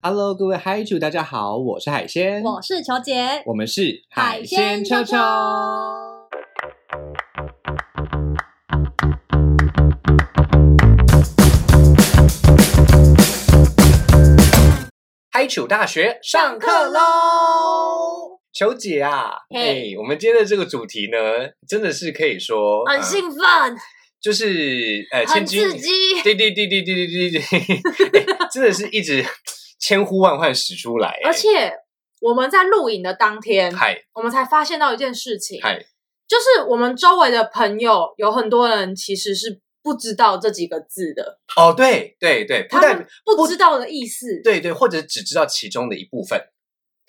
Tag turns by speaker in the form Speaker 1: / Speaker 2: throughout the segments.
Speaker 1: Hello，各位嗨主，大家好，我是海鲜，
Speaker 2: 我是球姐，
Speaker 1: 我们是
Speaker 2: 海鲜秋秋。
Speaker 1: 嗨主大学上课喽！球姐啊，哎、
Speaker 2: 嘿
Speaker 1: 我们今天的这个主题呢，真的是可以说
Speaker 2: 很
Speaker 1: 呃
Speaker 2: 兴奋，
Speaker 1: 就是呃，千
Speaker 2: 很
Speaker 1: 金
Speaker 2: 刺激，
Speaker 1: 对对对对对对对对，哎真的是一直千呼万唤始出来、哎
Speaker 3: 而且我们在录影的当天，
Speaker 1: 嗨
Speaker 3: 我们才发现到一件事情，
Speaker 1: 嗨，
Speaker 3: 就是我们周围的朋友有很多人其实是不知道这几个字的，
Speaker 1: 哦，对对对，不
Speaker 3: 他
Speaker 1: 但
Speaker 3: 们不知道的意思，
Speaker 1: 对对，或者只知道其中的一部分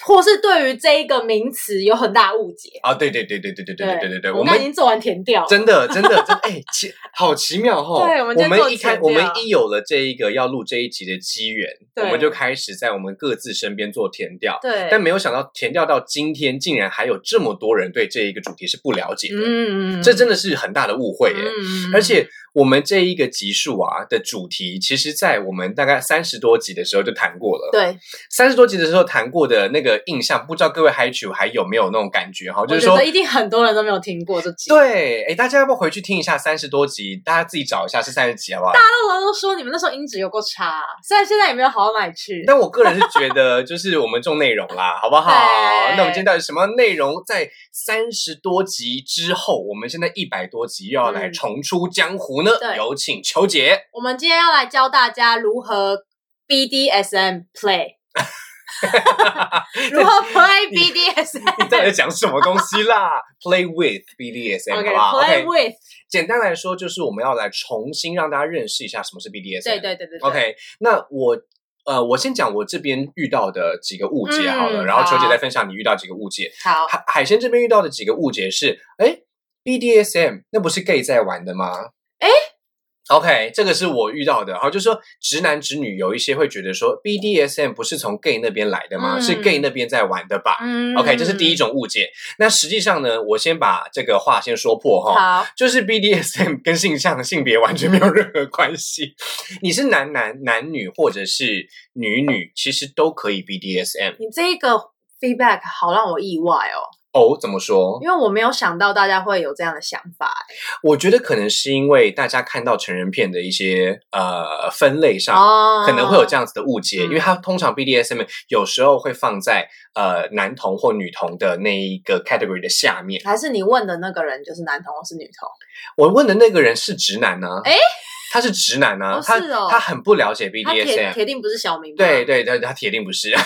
Speaker 3: 或是对于这一个名词有很大误解。
Speaker 1: 啊、对对对对对对对对对对对，
Speaker 3: 我
Speaker 1: 我
Speaker 3: 刚刚已
Speaker 1: 们
Speaker 3: 经做完填调了，
Speaker 1: 真的真的真的哎、奇好奇妙哈、
Speaker 3: 对
Speaker 1: 我
Speaker 3: 我们就做
Speaker 1: 一开
Speaker 3: 剪
Speaker 1: 我们
Speaker 3: 掉
Speaker 1: 一有了这一个要录这一集的机缘，我
Speaker 3: 对
Speaker 1: 们就开始在我们各自身边做填调。
Speaker 3: 对，
Speaker 1: 但没有想到，填调到今天，竟然还有这么多人对这一个主题是不了解的，
Speaker 3: 嗯，嗯
Speaker 1: 这真的是很大的误会耶。
Speaker 3: 嗯
Speaker 1: 而且我们这一个集数啊的主题，其实在我们大概三十多集的时候就谈过了。
Speaker 3: 嗯对，
Speaker 1: 三十多集的时候谈过的那个印象，不知道各位嗨曲还有没有那种感觉哈？就
Speaker 3: 我
Speaker 1: 是
Speaker 3: 觉
Speaker 1: 说
Speaker 3: 得，一定很多人都没有听过这集。
Speaker 1: 对，哎，大家要不要回去听一下三十多集？大家自己找一下是三十集好不好？
Speaker 3: 大家都说你们那时候音质有够差，啊虽然现在也没有好到哪里去。
Speaker 1: 但我个人是觉得，就是我们重内容啦，好不好？
Speaker 3: 对
Speaker 1: 那我们今天到底什么内容？在三十多集之后，我们现在一百多集又要来
Speaker 3: 嗯
Speaker 1: 重出江湖呢？
Speaker 3: 对
Speaker 1: 有请求姐。
Speaker 3: 我们今天要来教大家如何 BDSM play，如何 play
Speaker 1: 你到底
Speaker 3: BDSM。
Speaker 1: 在讲什么东西啦 ？Play with BDSM 好不好
Speaker 3: OK，play with，
Speaker 1: 简单来说，就是我们要来重新让大家认识一下什么是 BDSM。
Speaker 3: 对对对对对
Speaker 1: OK，那我呃，我先讲我这边遇到的几个误解好了，
Speaker 3: 嗯
Speaker 1: 然后球姐
Speaker 3: 好
Speaker 1: 再分享你遇到几个误解。
Speaker 3: 好，
Speaker 1: 海海鲜这边遇到的几个误解是，哎，BDSM 那不是 gay 在玩的吗？
Speaker 3: 诶
Speaker 1: OK，这个是我遇到的，然后就说直男直女有一些会觉得说 BDSM 不是从 gay 那边来的吗？
Speaker 3: 嗯
Speaker 1: 是 gay 那边在玩的吧？
Speaker 3: 嗯
Speaker 1: OK，这是第一。种误解。那实际上呢，我先把这个话先说破哈。
Speaker 3: 好，
Speaker 1: 就是 BDSM 跟性向、性别完全没有任何关系。你是男男、男女或者是女女，其实都可以 BDSM。
Speaker 3: 你这个 feedback 好让我意外哦，
Speaker 1: 哦，怎么说？
Speaker 3: 因为我没有想到大家会有这样的想法。欸
Speaker 1: 我觉得可能是因为大家看到成人片的一些呃分类上。
Speaker 3: 哦，
Speaker 1: 可能会有这样子的误解，
Speaker 3: 嗯
Speaker 1: 因为它通常 BDSM 有时候会放在呃男童或女童的那一个 category 的下面。
Speaker 3: 还是你问的那个人就是男同或是女同？
Speaker 1: 我问的那个人是直男呢、啊，
Speaker 3: 诶
Speaker 1: 他是直男呢、啊，
Speaker 3: 哦
Speaker 1: 他
Speaker 3: 是哦
Speaker 1: 他很不了解
Speaker 3: 他铁
Speaker 1: BDSM，
Speaker 3: 铁啊定不是小明吧。
Speaker 1: 对对对，他铁定不是。啊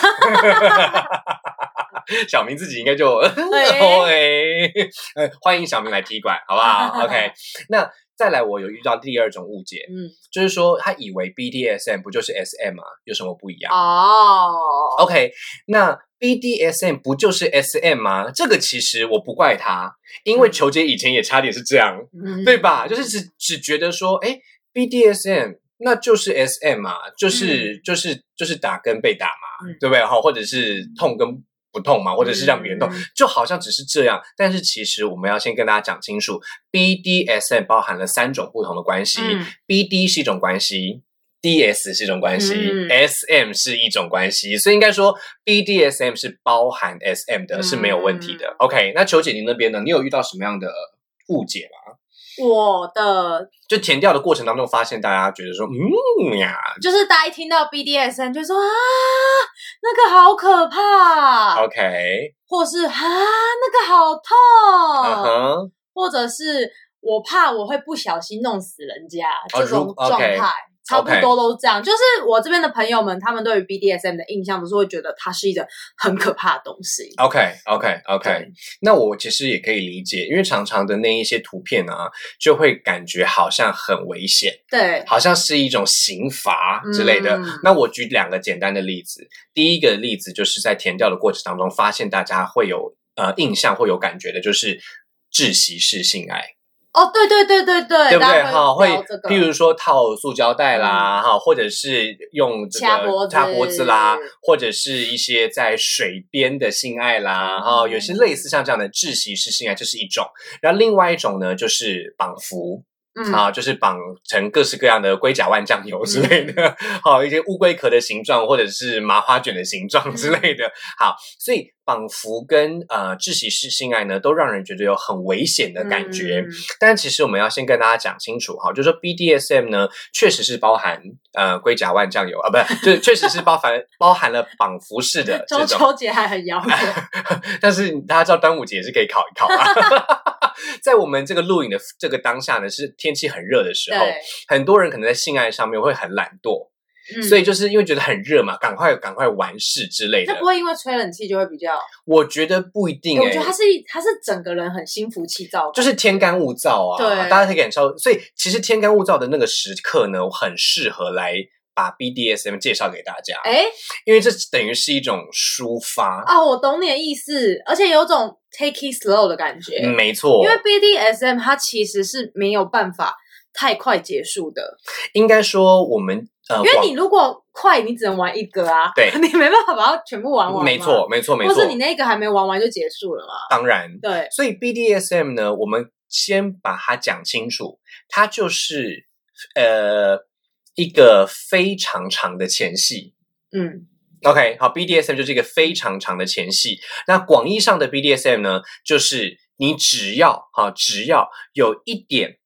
Speaker 1: 小明自己应该就 哦哎，呃欢迎小明来踢馆，好不好 ？OK，那再来，我有遇到第二种误解，
Speaker 3: 嗯，
Speaker 1: 就是说他以为 BDSM 不就是 SM 啊，有什么不一样
Speaker 3: 哦，
Speaker 1: ？OK，那 BDSM 不就是 SM 吗？这个其实我不怪他，因为
Speaker 3: 嗯
Speaker 1: 球姐以前也差点是这样，
Speaker 3: 嗯
Speaker 1: 对吧？就是只只觉得说，哎，BDSM 那就是 SM 啊，就是、就是就是打跟被打嘛，
Speaker 3: 嗯
Speaker 1: 对不对？哈，或者是痛跟不痛嘛，或者是让别人痛，
Speaker 3: 嗯
Speaker 1: 就好像只是这样。但是其实我们要先跟大家讲清楚，BDSM 包含了三种不同的关系、
Speaker 3: 嗯
Speaker 1: b d 是一种关系。DS 是一种关系、
Speaker 3: 嗯
Speaker 1: s m 是一种关系，所以应该说 BDSM 是包含 SM 的，是没有问题的。OK，那
Speaker 3: 嗯
Speaker 1: 球姐你那边呢？你有遇到什么样的误解吗？
Speaker 3: 我的
Speaker 1: 就填掉的过程当中，发现大家觉得说，嗯呀
Speaker 3: 就是大家一听到 BDSM 就说啊，那个好可怕，
Speaker 1: ，OK，
Speaker 3: 或是啊，那个好痛哦
Speaker 1: 嗯哼，
Speaker 3: 或者是我怕我会不小心弄死人家、这
Speaker 1: 哦如
Speaker 3: 种状态
Speaker 1: OK，
Speaker 3: 差不多都是这样。就是我这边的朋友们，他们对于 BDSM 的印象都是会觉得它是一个很可怕的东西。
Speaker 1: OK，OK，OK，、
Speaker 3: 对
Speaker 1: 那我其实也可以理解，因为常常的那一些图片啊，就会感觉好像很危险，
Speaker 3: 对，
Speaker 1: 好像是一种刑罚之类的。
Speaker 3: 嗯
Speaker 1: 那我举两个简单的例子，第一个例子就是在填掉的过程当中，发现大家会有呃印象会有感觉的，就是窒息式性爱。
Speaker 3: 哦，对对对对对，
Speaker 1: 对不
Speaker 3: 大
Speaker 1: 对？
Speaker 3: 家
Speaker 1: 哈，
Speaker 3: 会
Speaker 1: 会
Speaker 3: 聊这，个，嗯
Speaker 1: 譬如说套塑胶袋啦，哈，或者是用这
Speaker 3: 掐脖
Speaker 1: 个
Speaker 3: 子嗯
Speaker 1: 擦脖子啦，或者是一些在水边的性爱啦，哈，
Speaker 3: 嗯
Speaker 1: 有些类似像这样的窒息式性爱，这是一种。然后另外一种呢，就是绑缚。
Speaker 3: 嗯，
Speaker 1: 啊，就是绑成各式各样的龟甲万酱油之类的，
Speaker 3: 嗯
Speaker 1: 好、一些乌龟壳的形状或者是麻花卷的形状之类
Speaker 3: 嗯
Speaker 1: 的。好，所以仿佛跟呃窒息式性爱呢，都让人觉得有很危险的感觉。
Speaker 3: 嗯
Speaker 1: 但其实我们要先跟大家讲清楚哈，就是说 BDSM 呢，确实是包含呃龟甲万酱油啊，不是，就是确实是包含包含了绑服式的这
Speaker 3: 中
Speaker 1: 种，
Speaker 3: 秋节还很遥 远，
Speaker 1: 但是大家知道端午节是可以考一考啊。 在我们这个录影的这个当下呢，是天气很热的时候，
Speaker 3: 对，
Speaker 1: 很多人可能在性爱上面会很懒惰，
Speaker 3: 嗯
Speaker 1: 所以就是因为觉得很热嘛，赶快赶快完事之类的
Speaker 3: 那不。会因为吹冷气就会比较，
Speaker 1: 我觉得不一定
Speaker 3: 我
Speaker 1: 哎、
Speaker 3: 觉得他是他是整个人很心浮气躁，
Speaker 1: 就是天干物燥啊，
Speaker 3: 对
Speaker 1: 大家可以感受。所以其实天干物燥的那个时刻呢，很适合来把 BDSM 介绍给大家，
Speaker 3: 哎
Speaker 1: 因为这等于是一种抒发。
Speaker 3: 啊，我懂你的意思，而且有种 take it slow 的感觉，
Speaker 1: 没错，
Speaker 3: 因为 BDSM 它其实是没有办法太快结束的，
Speaker 1: 应该说我们呃，
Speaker 3: 因为
Speaker 1: 广
Speaker 3: 你如果快，你只能玩一个啊，
Speaker 1: 对
Speaker 3: 你没办法把它全部玩完嘛，
Speaker 1: 没错，没错，没
Speaker 3: 或
Speaker 1: 错啊
Speaker 3: 者，你那个还没玩完就结束了嘛，
Speaker 1: 当然。
Speaker 3: 对，
Speaker 1: 所以 BDSM 呢，我们先把它讲清楚，它就是呃一个非常长的前戏。
Speaker 3: 嗯
Speaker 1: OK，好，BDSM 就是一个非常长的前戏。那广义上的 BDSM 呢，就是你只要哈、只要有一点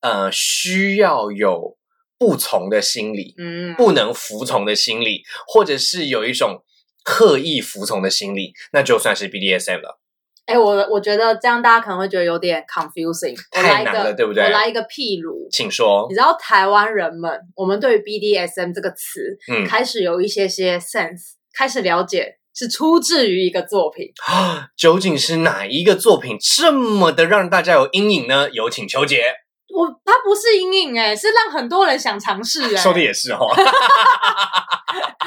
Speaker 1: 呃需要有不从的心理，
Speaker 3: 嗯，
Speaker 1: 不能服从的心理，或者是有一种刻意服从的心理，那就算是 BDSM 了。
Speaker 3: 哎、我我觉得这样大家可能会觉得有点 confusing，我来
Speaker 1: 太
Speaker 3: 一
Speaker 1: 难
Speaker 3: 个
Speaker 1: 了对不对
Speaker 3: 我来一个譬如，
Speaker 1: 请说哦
Speaker 3: 你，知道台湾人们，我们对于 BDSM 这个词、
Speaker 1: 嗯，
Speaker 3: 开始有一些些 sense，开始了解是出自于一个作品。
Speaker 1: 啊，究竟是哪一个作品这么的让大家有阴影呢？有请求解，
Speaker 3: 我它不是阴影哎、是让很多人想尝试哎、
Speaker 1: 说的也是哦。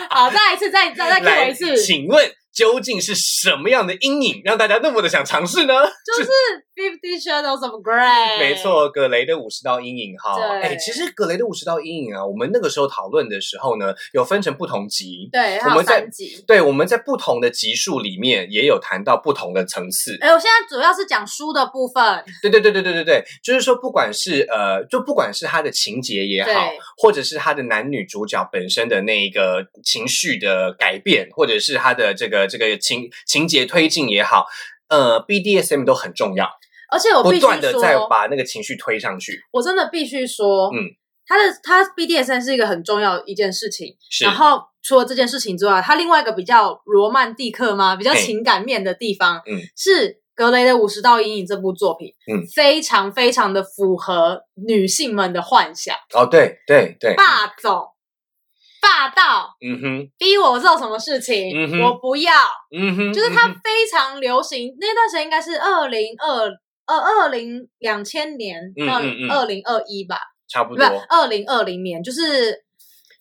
Speaker 3: 好，再来一次，再 再再 Q 我
Speaker 1: 来，
Speaker 3: 一次，
Speaker 1: 请问究竟是什么样的阴影让大家那么的想尝试呢？
Speaker 3: 就是 Fifty Shadows of Grey。
Speaker 1: 没，错，葛雷的五十道阴影哈。
Speaker 3: 对
Speaker 1: 哎，其实葛雷的五十道阴影啊，我们那个时候讨论的时候呢，有分成不同集。
Speaker 3: 对，
Speaker 1: 我
Speaker 3: 它有
Speaker 1: 们在
Speaker 3: 三集。
Speaker 1: 对，我们在不同的集数里面也有谈到不同的层次。
Speaker 3: 哎、我现在主要是讲书的部分，
Speaker 1: 对对对对对对对，就是说，不管是呃，就不管是他的情节也好
Speaker 3: 对，
Speaker 1: 或者是他的男女主角本身的那一个情绪的改变，或者是他的这个这个情情节推进也好，呃，BDSM 都很重要，
Speaker 3: 而且我
Speaker 1: 不
Speaker 3: 哦必须
Speaker 1: 断的在
Speaker 3: 说，
Speaker 1: 把那个情绪推上去。
Speaker 3: 我真的必须说，
Speaker 1: 嗯
Speaker 3: 嗯，它的它 BDSM 是一个很重要的一件事情。
Speaker 1: 是，
Speaker 3: 然后除了这件事情之外，它另外一个比较罗曼蒂克吗？比较
Speaker 1: 嘿
Speaker 3: 情感面的地方，
Speaker 1: 嗯
Speaker 3: 是格雷的《五十道阴影》这部作品，
Speaker 1: 嗯
Speaker 3: 非常非常的符合女性们的幻想，
Speaker 1: 哦，对对对，
Speaker 3: 霸总、霸道，
Speaker 1: 嗯哼，
Speaker 3: 逼我做什么事情，
Speaker 1: 嗯哼
Speaker 3: 我不要，
Speaker 1: 嗯哼，
Speaker 3: 就是它
Speaker 1: 嗯哼
Speaker 3: 非常流行，那段时间应该是二零二。呃，二零两千年
Speaker 1: 嗯
Speaker 3: 到
Speaker 1: 嗯嗯
Speaker 3: 二零二一吧，
Speaker 1: 差不
Speaker 3: 不
Speaker 1: 多，
Speaker 3: 二零二零年，就是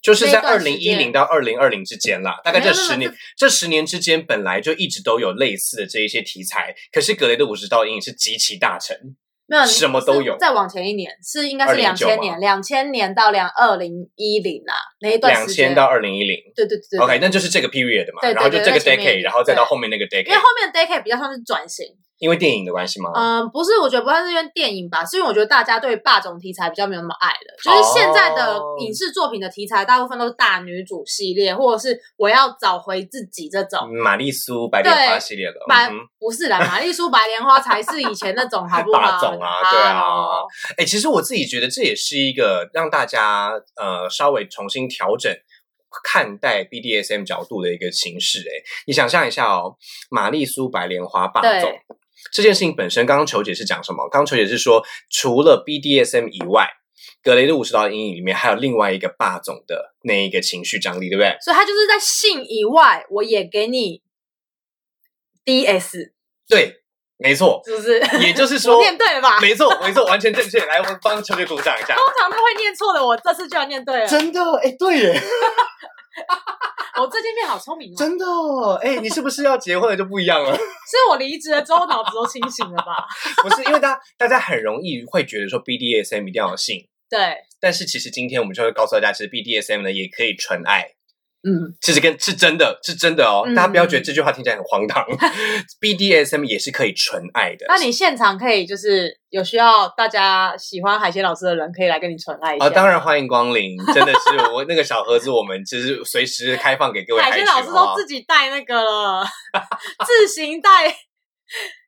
Speaker 1: 就是在
Speaker 3: 那
Speaker 1: 二
Speaker 3: 段时
Speaker 1: 零一
Speaker 3: 间
Speaker 1: 零到二零二零之间啦，大概
Speaker 3: 没有
Speaker 1: 这
Speaker 3: 那么
Speaker 1: 十年这
Speaker 3: 这，
Speaker 1: 十年之间本来就一直都有类似的这一些题材，可是格雷的五十道阴影是极其大成。
Speaker 3: 没有你
Speaker 1: 什么都有
Speaker 3: 是再往前一年是应该是两
Speaker 1: 2019
Speaker 3: 千年，两千年到两二零一零啊那一段
Speaker 1: 两
Speaker 3: 时间。
Speaker 1: 千到二零一零
Speaker 3: 对对对对对
Speaker 1: ，OK，那就是这个 period 嘛，
Speaker 3: 对对
Speaker 1: 然后就
Speaker 3: 对
Speaker 1: 这个
Speaker 3: 在前面
Speaker 1: decade，然后再到
Speaker 3: 对
Speaker 1: 后面那个
Speaker 3: 因为
Speaker 1: decade，
Speaker 3: 后面的 decade 比较像是转型，
Speaker 1: 因为电影的关系吗？
Speaker 3: 嗯、不是，我觉得不算是因为电影吧，是因为我觉得大家对霸总题材比较没有那么爱了，就是现在的
Speaker 1: 哦
Speaker 3: 影视作品的题材大部分都是大女主系列，或者是我要找回自己这种，
Speaker 1: 玛丽苏白莲花
Speaker 3: 嗯对
Speaker 1: 系列了，
Speaker 3: 白
Speaker 1: 嗯嗯哼
Speaker 3: 不是啦，玛丽苏白莲花才是以前那种，好不 好？
Speaker 1: 霸总啊对啊
Speaker 3: Hello
Speaker 1: 哎、其实我自己觉得这也是一个让大家呃稍微重新调整看待 BDSM 角度的一个形式、哎，你想象一下哦，玛丽苏白莲花霸
Speaker 3: 对
Speaker 1: 总这件事情本身，刚刚球姐是讲什么？刚刚球姐是说，除了 BDSM 以外，格雷的五十道阴影里面还有另外一个霸总的那一个情绪张力，对不对？
Speaker 3: 所以他就是在性以外，我也给你 DS，
Speaker 1: 对，没错。
Speaker 3: 是不是？
Speaker 1: 也就是说
Speaker 3: 我，念对了 吧？
Speaker 1: 没错，没错，完全正确。来，我们帮球姐鼓掌一下
Speaker 3: 通。常都会念错的，我这次居然念对了。
Speaker 1: 真的，哎、对耶。
Speaker 3: 我最近变好聪明哦，
Speaker 1: 真的哦，哎、你是不是要结婚了就不一样了？
Speaker 3: 是我离职了之后脑子都清醒了吧？
Speaker 1: 不是，因为大家大家很容易会觉得说 BDSM 一定要有性，
Speaker 3: 对，
Speaker 1: 但是其实今天我们就会告诉大家，其实 BDSM 呢也可以纯爱，
Speaker 3: 嗯，
Speaker 1: 其实跟是真的是真的哦，
Speaker 3: 嗯
Speaker 1: 大家不要觉得这句话听起来很荒 唐，BDSM 也是可以纯爱的。
Speaker 3: 那你现场可以就是有需要大家喜欢海鲜老师的人，可以来跟你纯爱一下。
Speaker 1: 啊，当然欢迎光临，真的是我那个小盒子，我们就是随时开放给各位哦
Speaker 3: 海鲜
Speaker 1: 选
Speaker 3: 老师都自己带那个 了，自行带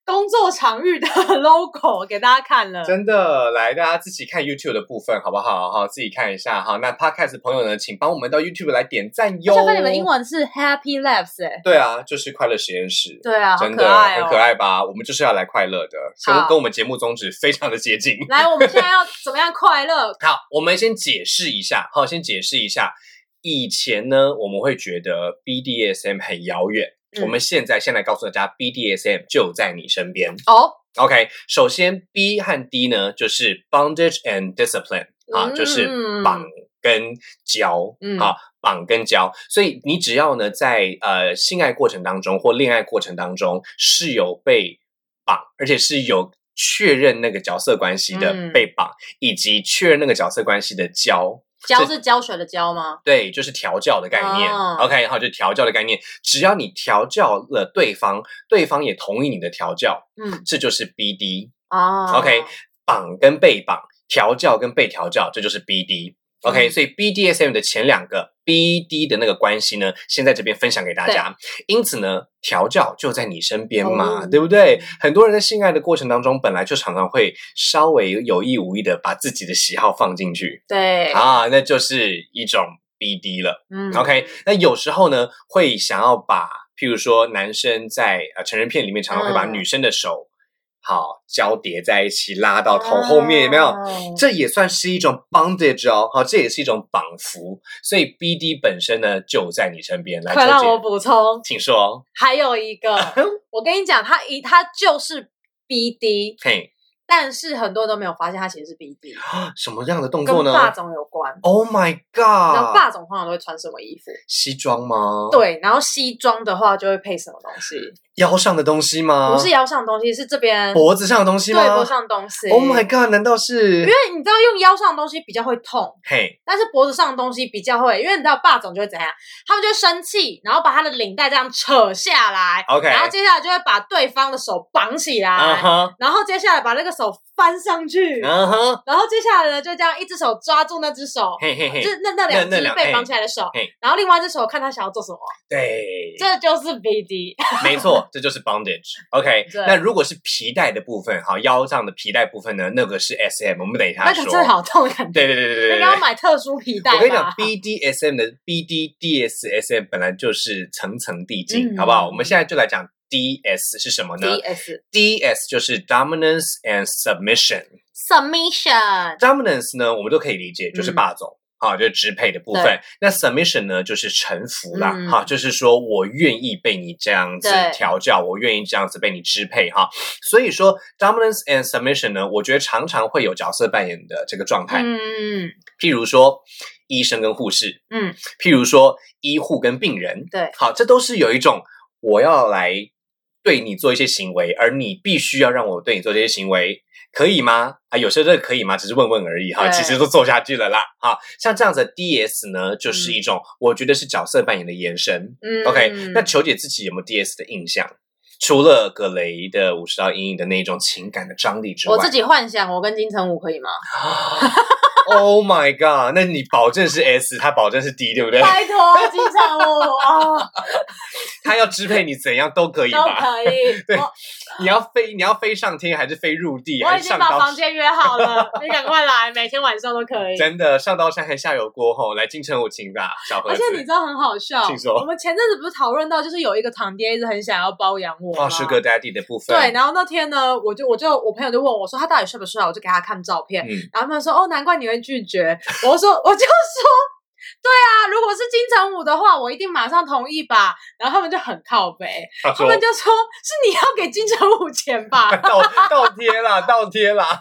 Speaker 3: 工作场域的 logo 给大家看 了。
Speaker 1: 真的，来大家自己看 YouTube 的部分好不好？哈，自己看一下哈。那 Podcast 的朋友呢，请帮我们到 YouTube 来点赞
Speaker 3: 而
Speaker 1: 哟。
Speaker 3: 且看你们英文是 Happy Labs 哎、
Speaker 1: 对啊，就是快乐实验室。
Speaker 3: 对啊，好
Speaker 1: 真
Speaker 3: 可
Speaker 1: 的
Speaker 3: 爱
Speaker 1: 很
Speaker 3: 哦、
Speaker 1: 可爱吧？我们就是要来快乐的，跟
Speaker 3: 好
Speaker 1: 跟我们节目宗旨非常的接近。
Speaker 3: 来，我们现在要怎么样 快乐？
Speaker 1: 好，我们先解释一下，好，先解释一下。以前呢，我们会觉得 BDSM 很遥远，
Speaker 3: 嗯
Speaker 1: 我们现在先来告诉大家，BDSM 就在你身边。
Speaker 3: 哦，
Speaker 1: OK，首先 B 和 D 呢，就是 bondage and discipline 啊，
Speaker 3: 嗯
Speaker 1: 就是绑跟教、
Speaker 3: 嗯
Speaker 1: 啊，绑跟教。所以你只要呢，在呃性爱过程当中或恋爱过程当中是有被绑，而且是有确认那个角色关系的
Speaker 3: 嗯
Speaker 1: 被绑，以及确认那个角色关系的教，
Speaker 3: 教是教学的教吗？
Speaker 1: 对，就是调教的概念。
Speaker 3: 哦
Speaker 1: OK，好，就调教的概念，只要你调教了对方，对方也同意你的调教，
Speaker 3: 嗯，
Speaker 1: 这就是 BD。
Speaker 3: 哦
Speaker 1: OK，绑跟被绑，调教跟被调教，这就是 BD。OK，、
Speaker 3: 嗯
Speaker 1: 所以 BDSM 的前两个 BD 的那个关系呢，先在这边分享给大家。因此呢，调教就在你身边嘛，
Speaker 3: 哦
Speaker 1: 对不对？很多人在性爱的过程当中，本来就常常会稍微有意无意的把自己的喜好放进去
Speaker 3: 对，
Speaker 1: 啊，那就是一种 BD 了。
Speaker 3: 嗯
Speaker 1: OK，那有时候呢，会想要把，譬如说男生在呃成人片里面，常常会把
Speaker 3: 嗯
Speaker 1: 女生的手、好交叠在一起，拉到头后面，有没有？
Speaker 3: 哦
Speaker 1: 这也算是一种 bondage 哦，好，这也是一种绑缚，所以 BD 本身呢就在你身边。来，
Speaker 3: 快
Speaker 1: 周
Speaker 3: 让
Speaker 1: 姐
Speaker 3: 我补充，
Speaker 1: 请说。哦
Speaker 3: 还有 一个，我跟你讲，它一它就是 BD，
Speaker 1: 嘿，
Speaker 3: 但是很多人都没有发现它其实是 BD，
Speaker 1: 什么样的动作
Speaker 3: 跟霸
Speaker 1: 呢
Speaker 3: 总有关。
Speaker 1: ？Oh my
Speaker 3: 你知道
Speaker 1: god！
Speaker 3: 霸总通常都会穿什么衣服？
Speaker 1: 西装吗？，
Speaker 3: 对，然后西装的话就会配什么东西？
Speaker 1: 腰上的东西吗？
Speaker 3: 不是腰上的东西，是这边
Speaker 1: 啊脖子上的东西
Speaker 3: 对
Speaker 1: 吗
Speaker 3: 脖上的东西。
Speaker 1: ？Oh my god！难道是？
Speaker 3: 因为你知道用腰上的东西比较会痛，
Speaker 1: 嘿，
Speaker 3: 但是脖子上的东西比较会，因为你知道霸总就会怎样，他们就会生气，然后把他的领带这样扯下来
Speaker 1: 哦 OK
Speaker 3: 然后接下来就会把对方的手绑起来
Speaker 1: 啊哈，
Speaker 3: 然后接下来把那个手翻上去
Speaker 1: 啊哈，
Speaker 3: 然后接下来呢就这样一只手抓住那只手，
Speaker 1: 嘿嘿嘿
Speaker 3: 就，是那那两
Speaker 1: 那那
Speaker 3: 只
Speaker 1: 两
Speaker 3: 被绑起来的手
Speaker 1: 嘿嘿，
Speaker 3: 然后另外一只手看他想要做什么，
Speaker 1: 对，
Speaker 3: 这就是 BD。
Speaker 1: 没错，这就是 bondage。OK，
Speaker 3: 对
Speaker 1: 那如果是皮带的部分，哈，腰上的皮带部分呢，那个是 SM，我们等一下
Speaker 3: 那个
Speaker 1: 说。
Speaker 3: 真的好痛的感觉。
Speaker 1: 对对对对对
Speaker 3: 应该要
Speaker 1: 对。
Speaker 3: 买特殊皮带吧。
Speaker 1: 我跟你讲，BDSM 的 BDDSSM 本来就是层层递进，
Speaker 3: 嗯
Speaker 1: 好不好？我们现在就来讲 DS 是什么呢
Speaker 3: DS
Speaker 1: ？DS 就是 dominance and submission。
Speaker 3: submission，
Speaker 1: dominance 呢，我们都可以理解就是
Speaker 3: 嗯
Speaker 1: 霸总。啊，就是支配的部分
Speaker 3: 对。
Speaker 1: 那 submission 呢，就是臣服啦，
Speaker 3: 嗯
Speaker 1: 哈、就是说我愿意被你这样子
Speaker 3: 对
Speaker 1: 调教，我愿意这样子被你支配哈。所以说 dominance and submission 呢，我觉得常常会有角色扮演的这个状态，
Speaker 3: 嗯，
Speaker 1: 譬如说医生跟护士，
Speaker 3: 嗯，
Speaker 1: 譬如说医护跟病人，
Speaker 3: 对
Speaker 1: 好，这都是有一种我要来对你做一些行为，而你必须要让我对你做这些行为，可以吗？啊，有时候这个可以吗？只是问问而已哈，
Speaker 3: 对
Speaker 1: 其实都做下去了啦。哈，像这样子的 DS 呢，就是一种、我觉得是角色扮演的延伸。
Speaker 3: 嗯
Speaker 1: OK，那球姐自己有没有 DS 的印象？除了葛雷的五十道阴影的那一种情感的张力之外，
Speaker 3: 我自己幻想我跟金城武可以吗？
Speaker 1: Oh my god！那你保证是 S，他保证是 D，对不对？
Speaker 3: 拜托金城武哦，
Speaker 1: 他要支配你怎样都 可以
Speaker 3: 都
Speaker 1: 吧？
Speaker 3: 可以。
Speaker 1: 对
Speaker 3: 我
Speaker 1: 你要飞，你要飞上天还是飞入地，
Speaker 3: 我
Speaker 1: 还
Speaker 3: 已
Speaker 1: 是
Speaker 3: 经
Speaker 1: 上
Speaker 3: 把
Speaker 1: 刀
Speaker 3: 房？间约好 了，你赶快来，每天晚上都可以。
Speaker 1: 真的上刀山还下油锅吼！来金城武请吧，小盒
Speaker 3: 而
Speaker 1: 子
Speaker 3: 且。你知道很好笑
Speaker 1: 请说，
Speaker 3: 我们前阵子不是讨论到，就是有一个堂爹一直很想要包养我
Speaker 1: 哦
Speaker 3: 吗？
Speaker 1: ，Sugar Daddy 的部分。
Speaker 3: 对，，然后那天呢，我就我就我朋友就问我说他到底睡不睡啊？我就给他看照片，
Speaker 1: 嗯，
Speaker 3: 然后他们说哦，难怪你会拒绝。我说我就说，对啊，如果是金城武的话，我一定马上同意吧。然后他们就很靠北，
Speaker 1: 他
Speaker 3: 他
Speaker 1: 说。
Speaker 3: 们就说是你要给金城武钱吧
Speaker 1: 哎 倒倒贴啦，倒贴啦。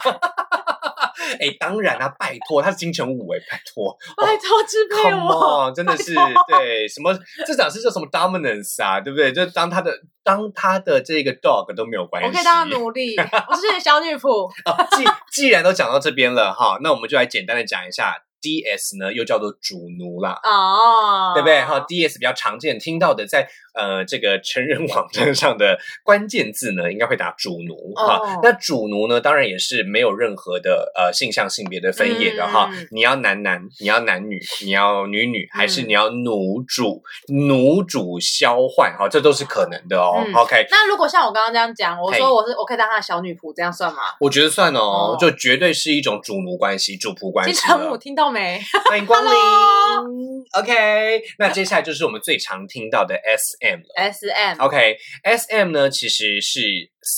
Speaker 1: 哎，当然啦，拜托，他是金城武哎，拜托
Speaker 3: 拜托支配我，
Speaker 1: ，Come on，真的是对什么这哪是叫什么 dominance 啊，对不对？就当他的当他的这个 dog 都没有关系，
Speaker 3: 我可以当他 奴隶，我是你的小女仆。
Speaker 1: 啊，既既然都讲到这边了哈，那我们就来简单的讲一下 D S 呢又叫做主奴啦。
Speaker 3: 哦，
Speaker 1: 对不对？哈，DS 比较常见听到的在，呃这个成人网站上的关键字呢，应该会打主奴哈、
Speaker 3: 哦
Speaker 1: 那主奴呢，当然也是没有任何的呃性向性别的分野的哈、
Speaker 3: 嗯
Speaker 1: 你要男男，你要男女，你要女女，还是
Speaker 3: 嗯
Speaker 1: 你要奴主、奴主交换哈、这都是可能的哦。
Speaker 3: 嗯
Speaker 1: OK，
Speaker 3: 那如果像我刚刚这样讲，我
Speaker 1: 嘿
Speaker 3: 说我是我可以当他的小女仆，这样算吗？
Speaker 1: 我觉得算哦
Speaker 3: 哦
Speaker 1: 就绝对是一种主奴关系、主仆关系
Speaker 3: 金
Speaker 1: 了。
Speaker 3: 城武听到没？
Speaker 1: 欢迎光临
Speaker 3: Hello。
Speaker 1: OK，那接下来就是我们最常听到的 SM 了。
Speaker 3: S M
Speaker 1: OK，SM 呢其实是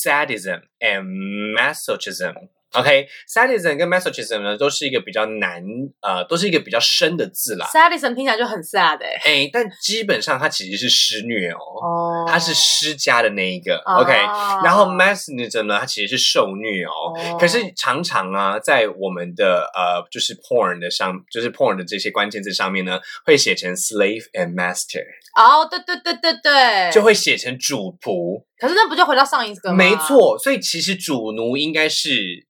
Speaker 1: sadism and masochism。OK，sadism、跟 masochism 呢都是一个比较难，呃，都是一个比较深的字啦。
Speaker 3: sadism 听起来就很 sad 哎、
Speaker 1: 哎，但基本上它其实是施虐哦，
Speaker 3: 哦
Speaker 1: 它是施加的那一个。OK，
Speaker 3: 哦
Speaker 1: 然后 masochism 呢，它其实是受虐哦。
Speaker 3: 哦
Speaker 1: 可是常常啊，在我们的呃，就是 porn 的上，就是 porn 的这些关键字上面呢，会写成 slave and master，
Speaker 3: 哦，对对对对对，
Speaker 1: 就会写成主仆。
Speaker 3: 可是那不就回到上一个吗？
Speaker 1: 没，错，所以其实主奴应该是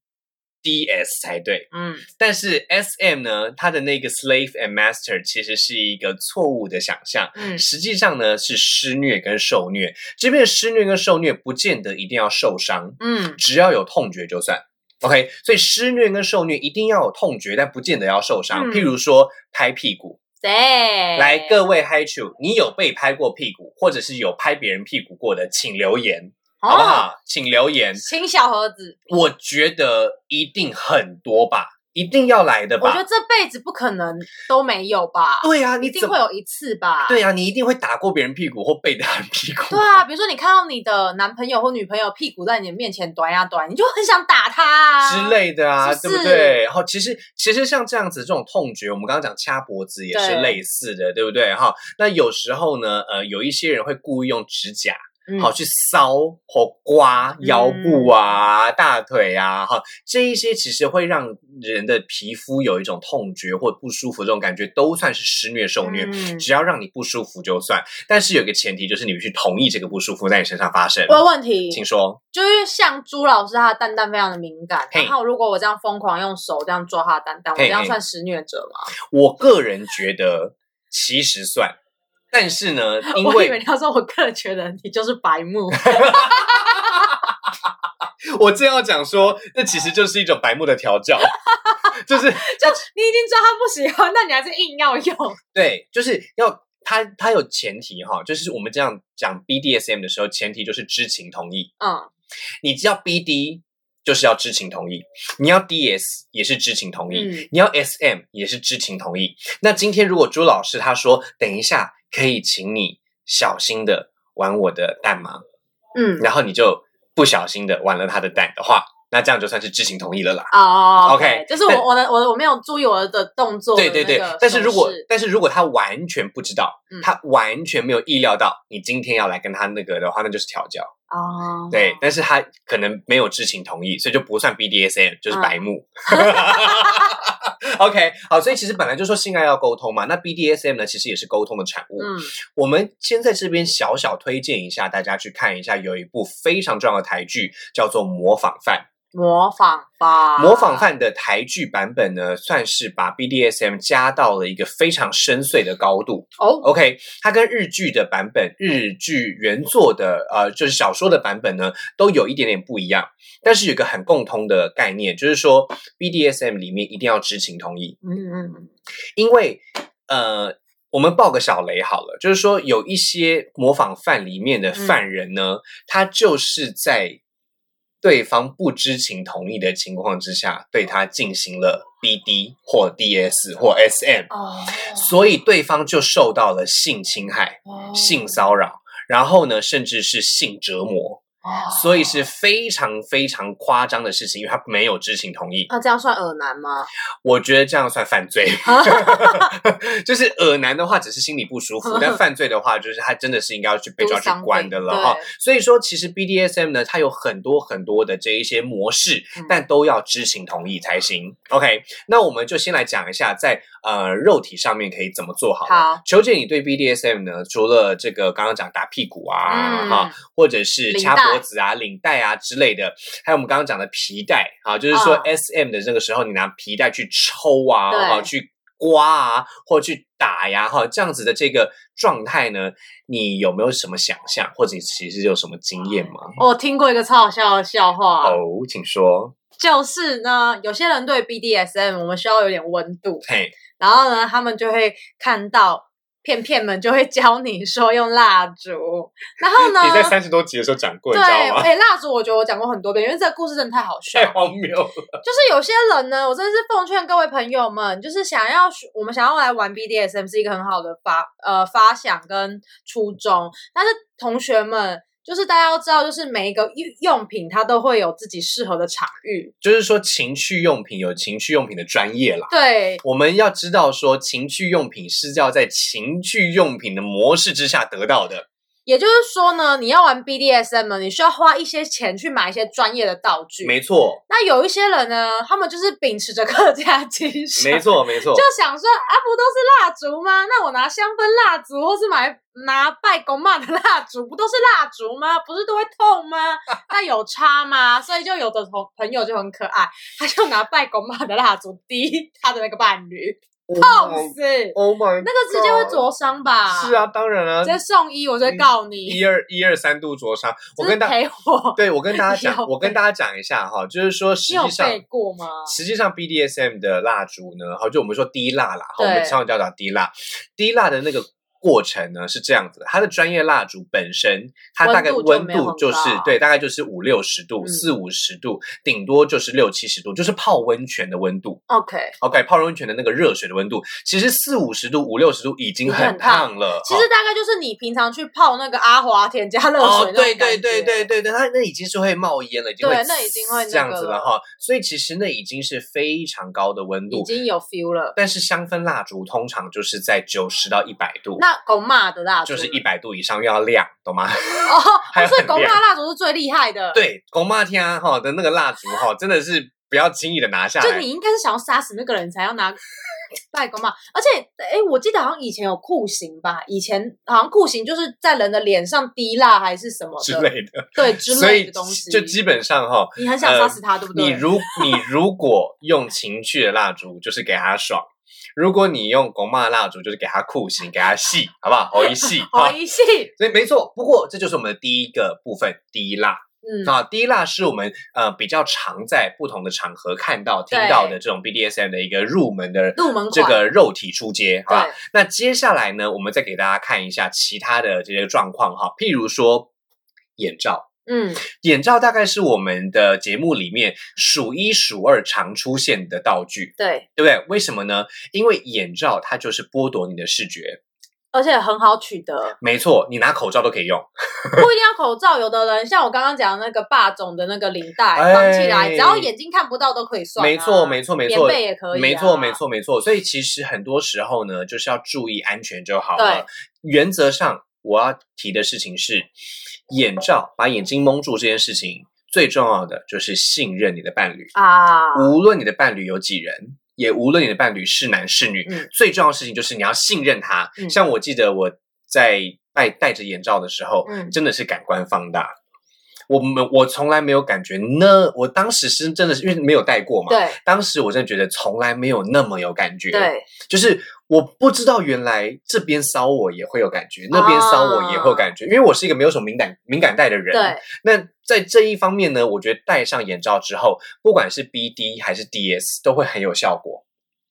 Speaker 1: D S 才对，
Speaker 3: 嗯，
Speaker 1: 但是 S M 呢，它的那个 slave and master 其实是一个错误的想象。
Speaker 3: 嗯
Speaker 1: 实际上呢，是施虐跟受虐。这边的施虐跟受虐，不见得一定要受伤，
Speaker 3: 嗯
Speaker 1: 只要有痛觉就算。OK，所以施虐跟受虐一定要有痛觉，但不见得要受伤。
Speaker 3: 嗯
Speaker 1: 譬如说拍屁股，
Speaker 3: 对，
Speaker 1: 来各位嗨 u 你有被拍过屁股，或者是有拍别人屁股过的，请留言，好不
Speaker 3: 哦？
Speaker 1: 好？请留言。
Speaker 3: 请小盒子，
Speaker 1: 我觉得一定很多吧，一定要来的
Speaker 3: 我觉得
Speaker 1: 吧。
Speaker 3: 这辈子不可能都没有吧，
Speaker 1: 对啊，
Speaker 3: 一
Speaker 1: 你
Speaker 3: 定
Speaker 1: 怎
Speaker 3: 会
Speaker 1: 么？
Speaker 3: 有一次吧。
Speaker 1: 对啊，你一定会打过别人屁股或被打人屁股。
Speaker 3: 对啊，比如说你看到你的男朋友或女朋友屁股在你的面前短呀短，你就很想打他啊
Speaker 1: 之。类的啊，
Speaker 3: 是
Speaker 1: 对
Speaker 3: 不
Speaker 1: 不
Speaker 3: 是
Speaker 1: 对？然后其实其实像这样子这种痛觉，我们刚刚讲掐脖子也是
Speaker 3: 对
Speaker 1: 类似的，对不对？哈，那有时候呢，呃，有一些人会故意用指甲
Speaker 3: 嗯
Speaker 1: 好去搔或刮腰部啊、大腿啊，哈，这一些其实会让人的皮肤有一种痛觉或不舒服这种感觉，都算是施虐受虐。
Speaker 3: 嗯
Speaker 1: 只要让你不舒服就算，但是有一个前提就是你必须同意这个不舒服在你身上发生
Speaker 3: 我。有问题，
Speaker 1: 请说，
Speaker 3: 就是像朱老师，他的蛋蛋非常的敏感。
Speaker 1: 嘿
Speaker 3: 然后如果我这样疯狂用手这样抓他的蛋蛋，我
Speaker 1: 嘿
Speaker 3: 这样
Speaker 1: 嘿
Speaker 3: 算施虐者吗？
Speaker 1: 我个人觉得其实算，但是呢， 因
Speaker 3: 我以为
Speaker 1: 为
Speaker 3: 你要说，我个人觉得你就是白 目。
Speaker 1: 我正要讲说，那其实就是一种白目的调教， 就是
Speaker 3: 就你已经知道他不喜欢，但你还是硬要用。
Speaker 1: 对，就是要它它有前提哈，就是我们这样讲 BDSM 的时候，前提就是知情同意。
Speaker 3: 嗯，
Speaker 1: 你只要 BD 就是要知情同意，你要 DS 也是知情同意，
Speaker 3: 嗯
Speaker 1: 你要 SM 也是知情同意。那今天如果朱老师他说，等一下可以请你小心的玩我的蛋吗？
Speaker 3: 嗯，
Speaker 1: 然后你就不小心的玩了他的蛋的话，那这样就算是知情同意了啦。
Speaker 3: 哦
Speaker 1: OK，
Speaker 3: 就是
Speaker 1: 但
Speaker 3: 我我的我的我没有注意我的动作的
Speaker 1: 对
Speaker 3: 那
Speaker 1: 对
Speaker 3: 个手势。
Speaker 1: 对，但是如果但是如果他完全不知道，
Speaker 3: 嗯
Speaker 1: 他完全没有意料到你今天要来跟他那个的话，那就是调教。
Speaker 3: 哦，
Speaker 1: 对，但是他可能没有知情同意，所以就不算 BDSM，就是
Speaker 3: 嗯
Speaker 1: 白目。OK，好，所以其实本来就说性爱要沟通嘛，那 BDSM 呢，其实也是沟通的产物。
Speaker 3: 嗯，
Speaker 1: 我们先在这边小小推荐一下，大家去看一下，有一部非常重要的台剧叫做《模仿犯》。
Speaker 3: 模仿吧，哦
Speaker 1: 模仿犯的台剧版本呢，算是把 BDSM 加到了一个非常深邃的高度。
Speaker 3: 哦，
Speaker 1: OK，它跟日剧的版本、日剧原作的呃，就是小说的版本呢，都有一点点不一样，但是有一个很共通的概念，就是说 BDSM 里面一定要知情同意，
Speaker 3: 嗯嗯嗯，
Speaker 1: 因为呃，我们爆个小雷好了，就是说有一些模仿犯里面
Speaker 3: 嗯
Speaker 1: 的犯人呢，他就是在对方不知情同意的情况之下，对他进行了 BD 或 DS 或 SM。
Speaker 3: 哦，
Speaker 1: 所以对方就受到了性侵害、
Speaker 3: 哦
Speaker 1: 性骚扰，然后呢，甚至是性折磨，
Speaker 3: 哦
Speaker 1: 所以是非常非常夸张的事情，因为他没有知情同意。
Speaker 3: 那这样算耳男吗？
Speaker 1: 我觉得这样算犯 罪，就是耳男的话只是心里不舒服， 但犯罪的话就是他真的是应该要去被抓去关的了哈
Speaker 3: 对。
Speaker 1: 所以说，其实 BDSM 呢，它有很多很多的这一些模式
Speaker 3: 嗯，
Speaker 1: 但都要知情同意才行。OK，那我们就先来讲一下在呃肉体上面可以怎么做好了。
Speaker 3: 好
Speaker 1: 求姐，你对 BDSM 呢，除了这个刚刚讲打屁股啊，
Speaker 3: 嗯
Speaker 1: 哈、或者是掐
Speaker 3: 领带
Speaker 1: 脖子啊、领带啊之类的，还有我们刚刚讲的皮带啊，就是说
Speaker 3: 嗯
Speaker 1: S M 的那个时候，你拿皮带去抽啊，
Speaker 3: 对
Speaker 1: 哈，去刮啊，或去打呀，哈，这样子的这个状态呢，你有没有什么想象，或者你其实有什么经验吗？
Speaker 3: 我听过一个超好笑的笑话，
Speaker 1: 哦，请说。
Speaker 3: 就是呢，有些人对 BDSM 我们需要有点温度，
Speaker 1: 嘿，
Speaker 3: 然后呢，他们就会看到片片们就会教你说用蜡烛，然后呢，
Speaker 1: 你在三十多集的时候讲过，你
Speaker 3: 啊对，
Speaker 1: 知道吗？哎
Speaker 3: 哎、蜡烛我觉得我讲过很多遍，因为这个故事真的太好 笑
Speaker 1: 太
Speaker 3: 了。
Speaker 1: 荒谬了。
Speaker 3: 就是有些人呢，我真的是奉劝各位朋友们，就是想要学我们想要来玩 BDSM 是一个很好的发呃发想跟初衷，但是同学们。就是大家要知道，就是每一个用用品它都会有自己适合的场域，
Speaker 1: 就是说，情趣用品有情趣用品的专业啦。
Speaker 3: 对，
Speaker 1: 我们要知道说，情趣用品是要在情趣用品的模式之下得到的。
Speaker 3: 也就是说呢，你要玩 BDSM，呢你需要花一些钱去买一些专业的道具。
Speaker 1: 没错，
Speaker 3: 那有一些人呢，他们就是秉持着客家精神，
Speaker 1: 没，错，没错
Speaker 3: 就。想说啊，不都是蜡烛吗？那我拿香氛蜡烛，或是买拿拜公妈的蜡烛，不都是蜡烛吗？ 不是都会 痛吗？那有差吗？所以就有的同朋友就很可爱，他就拿拜公妈的蜡烛滴他的那个伴侣，痛死，
Speaker 1: Oh my，
Speaker 3: 那个直接会灼伤吧？
Speaker 1: 是，啊，当然啊
Speaker 3: 直，接送医，我就会告你。
Speaker 1: 一二一二三度灼伤。我跟大
Speaker 3: 就是陪我，
Speaker 1: 对我跟大家
Speaker 3: 有
Speaker 1: 讲，我跟大家讲一下哈，就是说实
Speaker 3: 你有
Speaker 1: 际上
Speaker 3: 背过吗？
Speaker 1: 实际上 BDSM 的蜡烛呢，哈，就我们说滴蜡啦，哈，
Speaker 3: 对
Speaker 1: 我们常常叫它滴蜡，滴蜡的那个。过程呢是这样子的，它的专业蜡烛本身，它大概
Speaker 3: 温度就
Speaker 1: 温
Speaker 3: 没有
Speaker 1: 度就是
Speaker 3: 很高
Speaker 1: 对，大概就是五六十度、
Speaker 3: 嗯
Speaker 1: 四五十度，顶多就是六七十度，就是泡温泉的温度。
Speaker 3: OK，
Speaker 1: OK，泡温泉的那个热水的温度，其实四五十度、五六十度已经
Speaker 3: 已经很
Speaker 1: 很烫了。
Speaker 3: 其
Speaker 1: 哈
Speaker 3: 实大概就是你平常去泡那个阿华田加热
Speaker 1: 哦
Speaker 3: 水，那种
Speaker 1: 对
Speaker 3: 感
Speaker 1: 对
Speaker 3: 觉
Speaker 1: 对对对对，它那已经是会冒烟了，已经会
Speaker 3: 对那已经会那
Speaker 1: 这样
Speaker 3: 个
Speaker 1: 子
Speaker 3: 了
Speaker 1: 了哈。所以其实那已经是非常高的温
Speaker 3: 已
Speaker 1: 度，
Speaker 3: 经有 feel 了。
Speaker 1: 但是香氛蜡烛通常就是在九十到一百度，
Speaker 3: 那狗骂的蜡
Speaker 1: 就
Speaker 3: 烛
Speaker 1: 是一百度以上又要亮，懂吗？
Speaker 3: 哦，
Speaker 1: 还有
Speaker 3: 哦所以
Speaker 1: 很
Speaker 3: 狗骂
Speaker 1: 亮
Speaker 3: 蜡烛是最厉害的。，
Speaker 1: 对，狗骂天啊哈的那个蜡烛哈，真的是不要轻易的拿下
Speaker 3: 就
Speaker 1: 来
Speaker 3: 你。应该是想要杀死那个人，你才要拿拜狗骂。而且，哎，我记得好像以前有酷刑吧？以前好像酷刑就是在人的脸上滴蜡还是什么
Speaker 1: 之
Speaker 3: 的，
Speaker 1: 类的，
Speaker 3: 对之
Speaker 1: 所
Speaker 3: 类
Speaker 1: 以
Speaker 3: 的东西。
Speaker 1: 就基本上哈，
Speaker 3: 你很想杀死他，对不对？
Speaker 1: 你如你如果用情趣的蜡烛，就是给他爽；如果你用狗骂的蜡烛，就是给他酷刑，给他戏，好不好？好一 戏，
Speaker 3: 好
Speaker 1: 好。
Speaker 3: 哦一系，
Speaker 1: 所以没错，不过这就是我们的第一个部分，滴蜡。
Speaker 3: 嗯，
Speaker 1: 啊，滴蜡是我们呃比较常在不同的场合看到、听到的这种 BDSM 的一个入门的
Speaker 3: 入门款
Speaker 1: 这个啊肉体出街，好吧
Speaker 3: 对？
Speaker 1: 那接下来呢，我们再给大家看一下其他的这些状况哈，譬如说眼罩。
Speaker 3: 嗯，
Speaker 1: 眼罩大概是我们的节目里面数一数二常出现的道具，
Speaker 3: 对，
Speaker 1: 对不对？为什么呢？因为眼罩它就是剥夺你的视觉，
Speaker 3: 而且很好取得。
Speaker 1: 没错，你拿口罩都可以用。
Speaker 3: 不一定要口罩，有的人像我刚刚讲的那个霸总的那个领带
Speaker 1: 哎
Speaker 3: 绑起来，只要眼睛看不到都可以算、啊。
Speaker 1: 没错，没错，没错，
Speaker 3: 棉被也可以、啊。
Speaker 1: 没错，没。错，没错。所以其实很多时候呢，就是要注意安全就好了。原则上，我要提的事情是，眼罩把眼睛蒙住这件事情，最重要的就是信任你的伴侣，
Speaker 3: 啊，
Speaker 1: 无论你的伴侣有几人。也无论你的伴侣是男是女，
Speaker 3: 嗯
Speaker 1: 最重要的事情就是你要信任他。
Speaker 3: 嗯
Speaker 1: 像我记得我在戴戴着眼罩的时候，
Speaker 3: 嗯
Speaker 1: 真的是感官放大。我们我从来没有感觉那，我当时是真的是因为没有戴过嘛，
Speaker 3: 对
Speaker 1: 当时我真的觉得从来没有那么有感觉，，
Speaker 3: 对，
Speaker 1: 就是我不知道原来这边搔我也会有感觉，那边搔我也会有感觉，因为我是一个没有什么敏感敏感带的人。
Speaker 3: 啊
Speaker 1: 啊
Speaker 3: 对，
Speaker 1: 那在这一方面呢，我觉得戴上眼罩之后，不管是 BD 还是 DS 都会很有效果。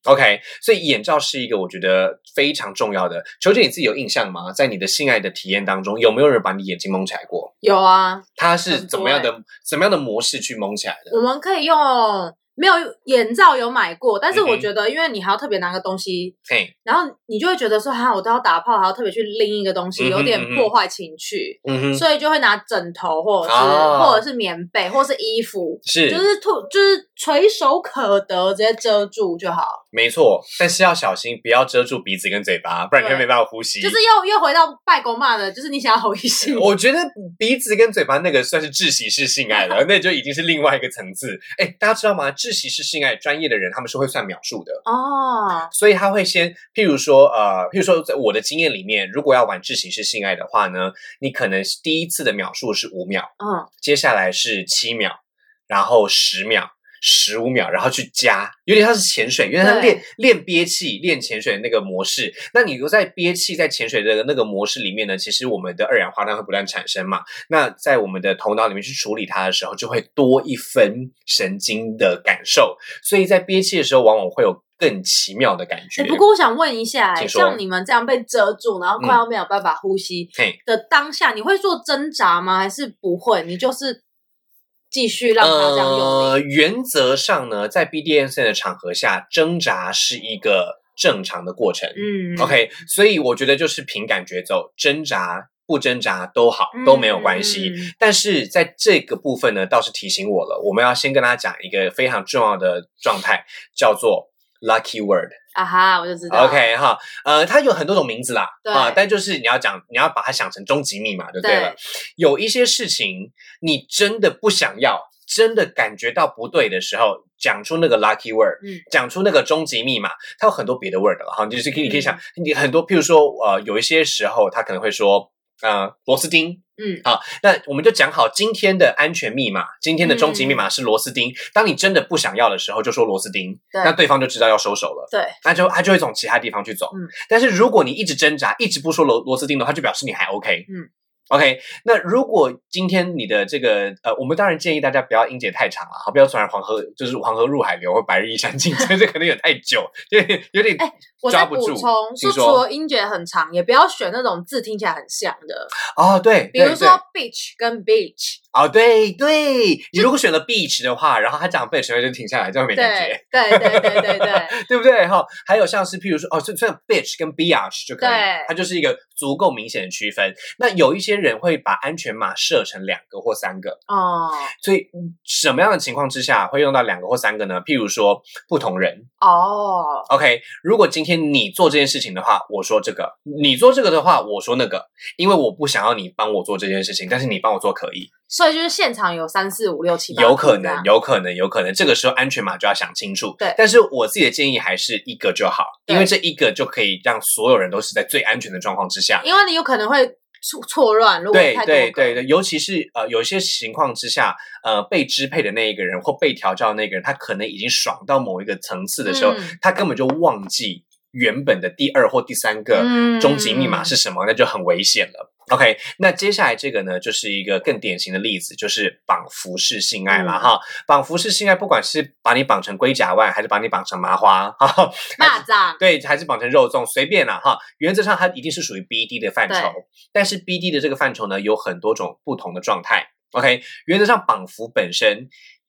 Speaker 1: OK，所以眼罩是一个我觉得非常重要的。球姐你自己有印象吗？在你的性爱的体验当中，有没有人把你眼睛蒙起来过？
Speaker 3: 有啊，
Speaker 1: 它是
Speaker 3: 很多
Speaker 1: 怎么样的、
Speaker 3: 欸
Speaker 1: 怎么样的模式去蒙起来的？
Speaker 3: 我们可以用。没有眼罩有买过，但是
Speaker 1: 嗯哼
Speaker 3: 我觉得，因为你还要特别拿个东西，
Speaker 1: 嘿，
Speaker 3: 然后你就会觉得说，哈、我都要打炮，还要特别去拎一个东西，
Speaker 1: 嗯哼
Speaker 3: 有点
Speaker 1: 嗯哼
Speaker 3: 破坏情趣，
Speaker 1: 嗯哼，
Speaker 3: 所以就会拿枕头或者是、
Speaker 1: 啊
Speaker 3: 或者是棉被或是衣服，
Speaker 1: 是
Speaker 3: 就是吐，就是垂手可得，直接遮住就好。
Speaker 1: 没错，但是要小心，不要遮住鼻子跟嘴巴，不然你会
Speaker 3: 对
Speaker 1: 没办法呼吸。
Speaker 3: 就是又又回到拜狗骂的，就是你想要吼一 性，
Speaker 1: 我觉得鼻子跟嘴巴那个算是窒息式性爱 了，那就已经是另外一个层次。哎，大家知道吗？窒息式性爱专业的人他们是会算秒数的，
Speaker 3: 哦，
Speaker 1: 所以他会先，譬如说，呃，譬如说，在我的经验里面，如果要玩窒息式性爱的话呢，你可能第一次的秒数是五秒，
Speaker 3: 嗯，
Speaker 1: 接下来是七秒，然后十秒，十五秒，然后去加，有点像是潜水，因为它
Speaker 3: 对
Speaker 1: 练练憋气、练潜水的那个模式。那你又在憋气、在潜水的那个模式里面呢，其实我们的二氧化碳会不断产生嘛。那在我们的头脑里面去处理它的时候，就会多一分神经的感受，所以在憋气的时候，往往会有更奇妙的感觉。
Speaker 3: 哎不过我想问一下、哎
Speaker 1: 请说嗯
Speaker 3: 像你们这样被遮住，然后快要没有办法呼吸
Speaker 1: 嘿，
Speaker 3: 的当下，你会做挣扎吗？还是不会？你就是继续让它这样用力？
Speaker 1: 呃，原则上呢，在 BDSM 的场合下，挣扎是一个正常的过程。
Speaker 3: 嗯
Speaker 1: OK，所以我觉得就是凭感觉走，挣扎不挣扎都好，都没有关系。
Speaker 3: 嗯
Speaker 1: 但是在这个部分呢，倒是提醒我了，我们要先跟大家讲一个非常重要的状态，叫做 lucky word。
Speaker 3: 啊哈，我就知道。
Speaker 1: OK 哈，呃，它有很多种名字啦，
Speaker 3: 对
Speaker 1: 啊，但就是你要讲，你要把它想成终极密码就对了。
Speaker 3: 对
Speaker 1: 有一些事情你真的不想要，真的感觉到不对的时候，讲出那个 lucky word，
Speaker 3: 嗯
Speaker 1: 讲出那个终极密码，它有很多别的 word 了哈，你就是可以你可以想
Speaker 3: 嗯，
Speaker 1: 你很多，譬如说呃，有一些时候他可能会说。呃，螺丝钉，
Speaker 3: 嗯，
Speaker 1: 好，那我们就讲好今天的安全密码，今天的终
Speaker 3: 嗯
Speaker 1: 极密码是螺丝钉。当你真的不想要的时候，就说螺丝钉，
Speaker 3: 对
Speaker 1: 那对方就知道要收手了。
Speaker 3: 对，
Speaker 1: 那就他就会从其他地方去走。
Speaker 3: 嗯
Speaker 1: 但是如果你一直挣扎，一直不说螺螺丝钉的话，就表示你还 OK。
Speaker 3: 嗯
Speaker 1: ，OK。那如果今天你的这个呃，我们当然建议大家不要音节太长了，好，不要突然黄河就是黄河入海流，或白日依山尽， 这这可能有点太久，有点有点。
Speaker 3: 哎我
Speaker 1: 抓
Speaker 3: 再
Speaker 1: 不
Speaker 3: 补
Speaker 1: 住
Speaker 3: 充
Speaker 1: 请
Speaker 3: 说，
Speaker 1: 说
Speaker 3: 除了音节很长，也不要选那种字听起来很像的，
Speaker 1: 哦，对，
Speaker 3: 比如
Speaker 1: 对
Speaker 3: 说
Speaker 1: 对
Speaker 3: beach 跟 beach，
Speaker 1: 哦，对对，你如果选了 beach 的话，然后他讲 beach 就停下来，这样没感觉。
Speaker 3: 对对对对对对，
Speaker 1: 对不对？哈，还有像是譬如说，哦，这这 bitch 跟 biatch 就可以
Speaker 3: 对，
Speaker 1: 它就是一个足够明显的区分。那有一些人会把安全码设成两个或三个，
Speaker 3: 哦
Speaker 1: 所以什么样的情况之下会用到两个或三个呢？譬如说不同人
Speaker 3: 哦，
Speaker 1: ，OK，如果今天你做这件事情的话，我说这个；你做这个的话，我说那个，因为我不想要你帮我做这件事情，但是你帮我做可以。
Speaker 3: 所以就是现场有三四五六七八，
Speaker 1: 有可能，。有可能，有可能，这个时候安全码就要想清楚。
Speaker 3: 对
Speaker 1: 但是我自己的建议还是一个就好，
Speaker 3: 对
Speaker 1: 因为这一个就可以让所有人都是在最安全的状况之下。
Speaker 3: 因为你有可能会错错乱，如果
Speaker 1: 对
Speaker 3: 太多
Speaker 1: 对
Speaker 3: 个
Speaker 1: 对对，尤其是呃，有些情况之下，呃，被支配的那一个人或被调教的那个人，他可能已经爽到某一个层次的时候，
Speaker 3: 嗯
Speaker 1: 他根本就忘记原本的第二或第三个
Speaker 3: 嗯
Speaker 1: 终极密码是什么，那就很危险了。OK，那接下来这个呢，就是一个更典型的例子，就是绑服式性爱啦。
Speaker 3: 嗯
Speaker 1: 哈。绑服式性爱，不管是把你绑成龟甲腕，还是把你绑成麻花， 哈哈，还
Speaker 3: 蚂
Speaker 1: 是
Speaker 3: 蚱，
Speaker 1: 对，还是绑成肉粽，随便啦、哈。原则上它一定是属于 BD 的范畴，但是 BD 的这个范畴呢，有很多种不同的状态。OK，原则上绑服本身，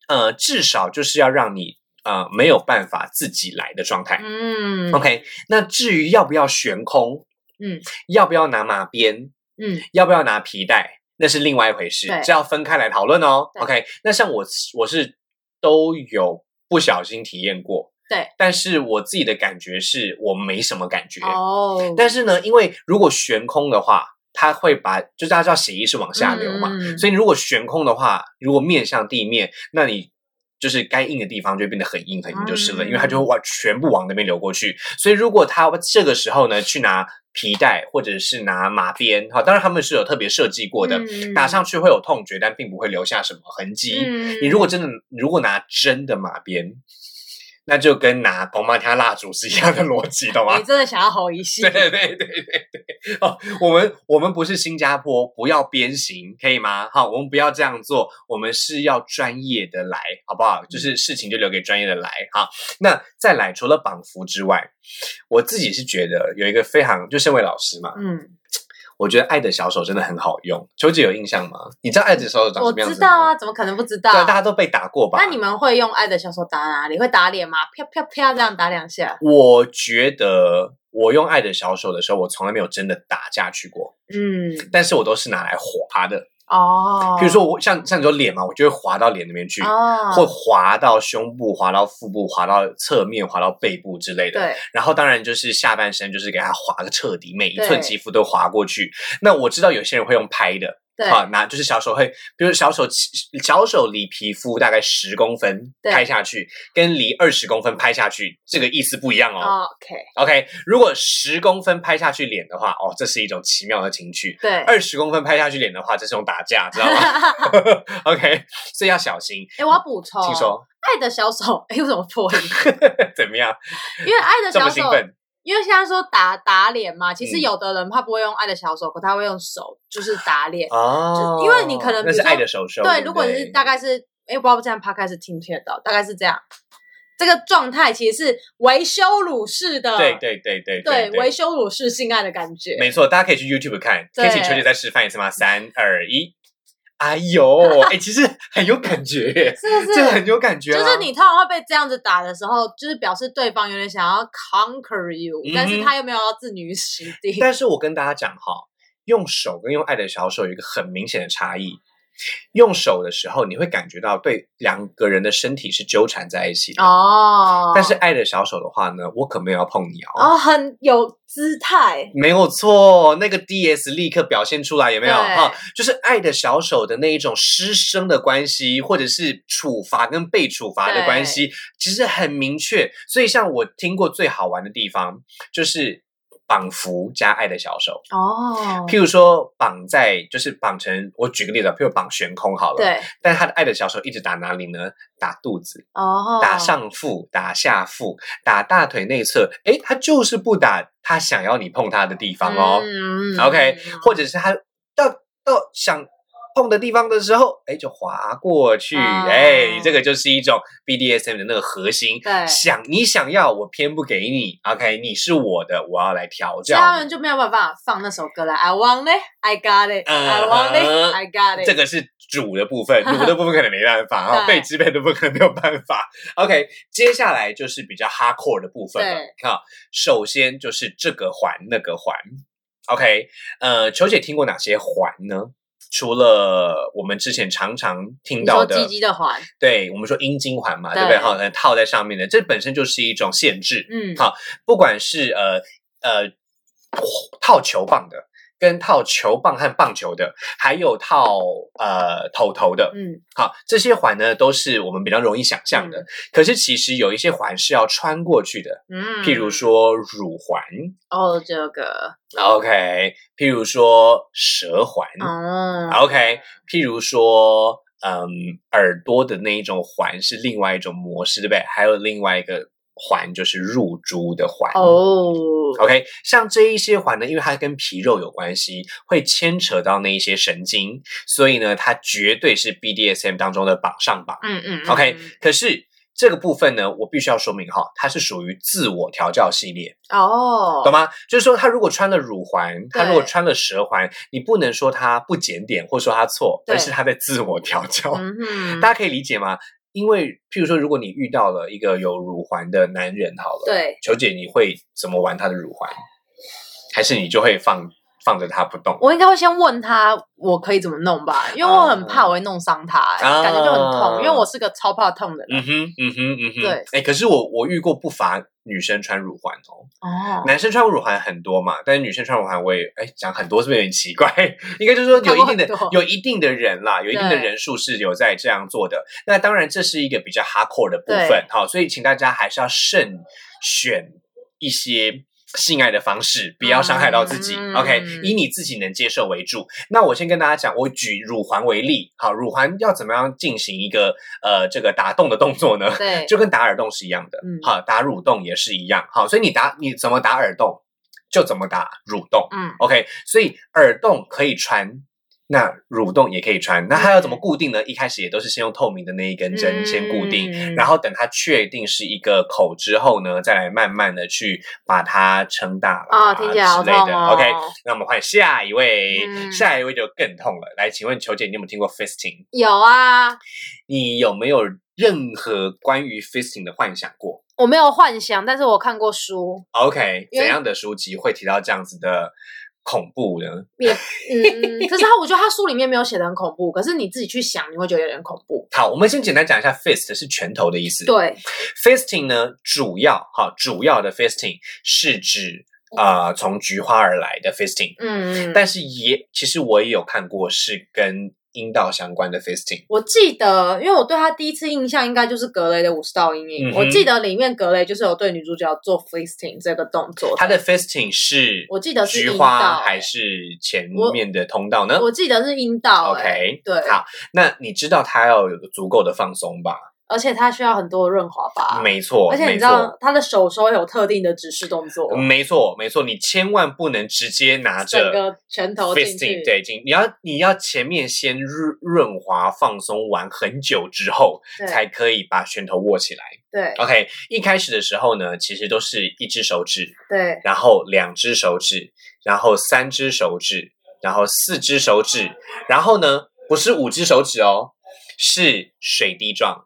Speaker 1: 呃，至少就是要让你呃没有办法自己来的状态。
Speaker 3: 嗯
Speaker 1: OK，那至于要不要悬空，
Speaker 3: 嗯，
Speaker 1: 要不要拿马鞭，
Speaker 3: 嗯，
Speaker 1: 要不要拿皮带，那是另外一回事，
Speaker 3: 对
Speaker 1: 这要分开来讨论哦。
Speaker 3: 对
Speaker 1: OK，那像我我是都有不小心体验过，
Speaker 3: 对，
Speaker 1: 但是我自己的感觉是我没什么感觉，
Speaker 3: 哦，
Speaker 1: 但是呢，因为如果悬空的话，它会把就是大家知道血液是往下流嘛，
Speaker 3: 嗯
Speaker 1: 所以如果悬空的话，如果面向地面，那你就是该硬的地方就会变得很硬很硬就是了，因为它就
Speaker 3: 嗯
Speaker 1: 会往全部往那边流过去。所以如果他这个时候呢去拿皮带或者是拿马鞭，好，当然他们是有特别设计过的，
Speaker 3: 嗯
Speaker 1: 打上去会有痛觉，但并不会留下什么痕迹。
Speaker 3: 嗯
Speaker 1: 你如果真的如果拿真的马鞭。那就跟拿狗妈家蜡烛是一样的逻辑，懂吗？
Speaker 3: 你真的想要吼一戏
Speaker 1: 啊对，对对对对对，哦，我们我们不是新加坡，不要鞭刑，可以吗？好，我们不要这样做，我们是要专业的来，好不
Speaker 3: 嗯
Speaker 1: 好？就是事情就留给专业的来。好，那再来，除了绑缚之外，我自己是觉得有一个非常，就身为老师嘛，
Speaker 3: 嗯，
Speaker 1: 我觉得爱的小手真的很好用。球姐有印象吗？你知道爱的小手长
Speaker 3: 我
Speaker 1: 什么样
Speaker 3: 知
Speaker 1: 子吗？
Speaker 3: 道啊，，怎么可能不知道
Speaker 1: 对？啊，大家都被打过吧？
Speaker 3: 那你们会用爱的小手打哪里？会打脸吗？啪啪啪这样打两下？
Speaker 1: 我觉得我用爱的小手的时候，我从来没有真的打下去过，
Speaker 3: 嗯，
Speaker 1: 但是我都是拿来划的。
Speaker 3: 哦，
Speaker 1: 比如说我像像你说脸嘛，我就会滑到脸那边去，
Speaker 3: 哦，
Speaker 1: 或滑到胸部、滑到腹部、滑到侧面、滑到背部之类的。
Speaker 3: 对，
Speaker 1: 然后当然就是下半身，就是给它滑个彻底，每一
Speaker 3: 对
Speaker 1: 寸肌肤都滑过去。那我知道有些人会用拍的，
Speaker 3: 对
Speaker 1: 好，那就是小手会，比如小手起小手离皮肤大概十公分
Speaker 3: 对
Speaker 1: 拍下去，跟离二十公分拍下去这个意思不一样哦。
Speaker 3: ，OK，
Speaker 1: OK，如果十公分拍下去脸的话，哦，这是一种奇妙的情趣；
Speaker 3: 对。
Speaker 1: 二十公分拍下去脸的话，这是用打架，知道吗
Speaker 3: 哎、
Speaker 1: ？OK，所以要小心。
Speaker 3: 我要补充，
Speaker 1: 请说
Speaker 3: 爱的小手， 哎、为什么破音？
Speaker 1: 怎么样？
Speaker 3: 因为爱的
Speaker 1: 这
Speaker 3: 小
Speaker 1: 么兴
Speaker 3: 手，
Speaker 1: 奋？
Speaker 3: 因为现在说打打脸嘛，其实
Speaker 1: 嗯
Speaker 3: 有的人他不会用爱的小手，可他会用手，就是打脸。
Speaker 1: 哦，
Speaker 3: 就因为你可能
Speaker 1: 那
Speaker 3: 比
Speaker 1: 是
Speaker 3: 如说
Speaker 1: 爱的手手。
Speaker 3: 对，
Speaker 1: 不
Speaker 3: 如果你是大概是，哎、我不知道这样趴开始听不听得到，大概是这样。这个状态其实是为羞辱式的，
Speaker 1: 对对对对
Speaker 3: 对，
Speaker 1: 对，
Speaker 3: 为羞辱式性爱的感觉。
Speaker 1: 没错，大家可以去 YouTube 看。可以请
Speaker 3: 对
Speaker 1: 球姐再示范一次吗？三二一。哎呦，哎、其实很有感觉耶，
Speaker 3: 是不是？
Speaker 1: 这个很有感觉、啊。
Speaker 3: 就是你通常会被这样子打的时候，就是表示对方有点想要 conquer you，、
Speaker 1: 嗯哼
Speaker 3: 但是他又没有要置你于死地。
Speaker 1: 但是我跟大家讲哈，用手跟用爱的小手有一个很明显的差异。用手的时候，你会感觉到对两个人的身体是纠缠在一起的。
Speaker 3: 哦，
Speaker 1: 但是爱的小手的话呢，我可没有要碰你哦。
Speaker 3: 哦，很有姿态，
Speaker 1: 没有错，那个 DS 立刻表现出来，有没有
Speaker 3: 对
Speaker 1: 哈？就是爱的小手的那一种师生的关系，或者是处罚跟被处罚的关系，其实很明确。所以，像我听过最好玩的地方，就是绑缚加爱的小手。
Speaker 3: 哦，
Speaker 1: 譬如说绑在，就是绑成，我举个例子啊，譬如绑悬空好了，，
Speaker 3: 对，
Speaker 1: 但他的爱的小手一直打哪里呢？打肚子，
Speaker 3: 哦，
Speaker 1: 打上腹，打下腹，打大腿内侧，诶，他就是不打他想要你碰他的地方哦。
Speaker 3: 嗯
Speaker 1: OK，或者是他到到想碰的地方的时候，哎，就划过去，
Speaker 3: 哦
Speaker 1: 哎、这个就是一种 BDSM 的那个核心。
Speaker 3: 对
Speaker 1: 想你想要，我偏不给你。OK，你是我的，我要来调
Speaker 3: 所
Speaker 1: 教
Speaker 3: 以
Speaker 1: 你。
Speaker 3: 他们就没有办法放那首歌了。I want it, I got it, I
Speaker 1: 嗯
Speaker 3: want it, I got it。
Speaker 1: 这个是主的部 分，奴的部分可能没办法哈，
Speaker 3: 对
Speaker 1: 被支配的部分可能没有办 法。OK，接下来就是比较 hardcore 的部分了。好，首先就是这个环那个环。OK，呃，球姐听过哪些环呢？除了我们之前常常听
Speaker 3: 你
Speaker 1: 到
Speaker 3: 说
Speaker 1: 的，
Speaker 3: 鸡鸡的环，
Speaker 1: 对我们说阴茎环嘛，对
Speaker 3: 对
Speaker 1: 不对？好，呃套在上面的，这本身就是一种限制。
Speaker 3: 嗯，
Speaker 1: 好不管是呃呃套球棒的，跟套球棒和棒球的，还有套呃头头的，
Speaker 3: 嗯，
Speaker 1: 好，这些环呢都是我们比较容易想象的。可是其实有一些环是要穿过去的，
Speaker 3: 嗯，
Speaker 1: 譬如说乳环
Speaker 3: 哦，这个，
Speaker 1: ，OK，譬如说舌环、
Speaker 3: 哦
Speaker 1: o k 譬如说。嗯，耳朵的那一种环是另外一种模式，对不对？还有另外一个环就是入珠的环。
Speaker 3: 哦，
Speaker 1: OK，像这一些环呢，因为它跟皮肉有关系，会牵扯到那一些神经，所以呢，它绝对是 BDSM 当中的榜上榜。
Speaker 3: 嗯嗯嗯
Speaker 1: OK，可是这个部分呢，我必须要说明哈，它是属于自我调教系列，
Speaker 3: 哦，
Speaker 1: 懂吗？就是说，他如果穿了乳环，他如果
Speaker 3: 对
Speaker 1: 穿了舌环，你不能说他不检点或说他错，而
Speaker 3: 对
Speaker 1: 是他在自我调教。
Speaker 3: 嗯哼，
Speaker 1: 大家可以理解吗？因为譬如说，如果你遇到了一个有乳环的男人，好了，
Speaker 3: 对，
Speaker 1: 球姐你会怎么玩他的乳环？还是你就会放放着他不动？
Speaker 3: 我应该会先问他我可以怎么弄吧，因为我很怕我会弄伤他、
Speaker 1: 啊
Speaker 3: 感觉就很痛，因为我是个超怕痛的
Speaker 1: 嗯
Speaker 3: 人。
Speaker 1: 哼，嗯哼，嗯哼，
Speaker 3: 对
Speaker 1: 哎、可是我我遇过不乏女生穿乳环哦，
Speaker 3: 哦，
Speaker 1: 男生穿乳环很多嘛，但是女生穿乳环我也哎讲很多是不是有点奇怪？ 应该就是说有一定的
Speaker 3: 看过很多
Speaker 1: 有一定的人啦，有一定的
Speaker 3: 对
Speaker 1: 人数是有在这样做的。那当然这是一个比较 hardcore 的部
Speaker 3: 对
Speaker 1: 分，好，所以请大家还是要慎选一些。性爱的方式，不要伤害到自己。
Speaker 3: 嗯
Speaker 1: OK，以你自己能接受为主。那我先跟大家讲，我举乳环为例。好，乳环要怎么样进行一个呃这个打洞的动作呢？
Speaker 3: 对，
Speaker 1: 就跟打耳洞是一样的
Speaker 3: 嗯，
Speaker 1: 好、打乳洞也是一样，好，所以你打你怎么打耳洞，就怎么打乳洞、
Speaker 3: 嗯
Speaker 1: o k 所以耳洞可以穿，那乳洞也可以穿，
Speaker 3: 嗯
Speaker 1: 那它要怎么固定呢？一开始也都是先用透明的那一根针先固定，
Speaker 3: 定
Speaker 1: 然
Speaker 3: 后
Speaker 1: 后等它确定是一个口之后呢，再来慢慢的去把它撑大啦
Speaker 3: 啊、听起来好
Speaker 1: 之
Speaker 3: 痛
Speaker 1: 类的、
Speaker 3: 哦。
Speaker 1: OK，那我们换下一位，
Speaker 3: 嗯
Speaker 1: 下一位就更痛了。来，请问球姐，你有没有听过 fisting？
Speaker 3: 有啊，
Speaker 1: 你有没有任何关于 fisting 的幻想过
Speaker 3: 我没有幻想，但是我看过书，
Speaker 1: ？OK，
Speaker 3: 因
Speaker 1: 怎
Speaker 3: 为
Speaker 1: 样的书籍会提到这样子的恐怖呢？
Speaker 3: 也嗯，可是他我觉得他书里面没有写的很恐怖，可是你自己去想，你会觉得有点恐怖。
Speaker 1: 好，我们先简单讲一下 fist 是拳头的意思。
Speaker 3: 对，
Speaker 1: ，fisting 呢，主要哈，主要的 fisting 是指呃从菊花而来的 fisting，、
Speaker 3: 嗯，
Speaker 1: 但是也其实我也有看过是跟阴道相关的 fisting，
Speaker 3: 我记得，因为我对他第一次印象应该就是格雷的五十道阴影。
Speaker 1: 嗯哼
Speaker 3: 我记得里面格雷就是有对女主角做 fisting 这个动作，
Speaker 1: 它的 fisting 是
Speaker 3: 我记得是
Speaker 1: 菊
Speaker 3: 阴
Speaker 1: 花
Speaker 3: 道
Speaker 1: 还
Speaker 3: 欸
Speaker 1: 是前
Speaker 3: 我
Speaker 1: 面的通道呢
Speaker 3: 我记得是阴道、欸。
Speaker 1: ？OK，
Speaker 3: 对
Speaker 1: 好，那你知道它要有足够的放松吧？
Speaker 3: 而且它需要很多润滑吧。
Speaker 1: 没错，
Speaker 3: 啊而且你
Speaker 1: 没
Speaker 3: 知
Speaker 1: 错。
Speaker 3: 道他的手手有特定的指示动作，
Speaker 1: 没错，没错，你千万不能直接拿
Speaker 3: 整
Speaker 1: 着
Speaker 3: 个拳头进
Speaker 1: fisting
Speaker 3: 去。
Speaker 1: 对进，你要你要前面先润润滑放松完很久之后，
Speaker 3: 对
Speaker 1: 才可以把拳头握起来。
Speaker 3: 对
Speaker 1: OK，一开始的时候呢，其实都是一只手指，
Speaker 3: 对
Speaker 1: 然后两只手指，然后三只手指，然后四只手指，然后呢不是五只手指哦，是水滴状，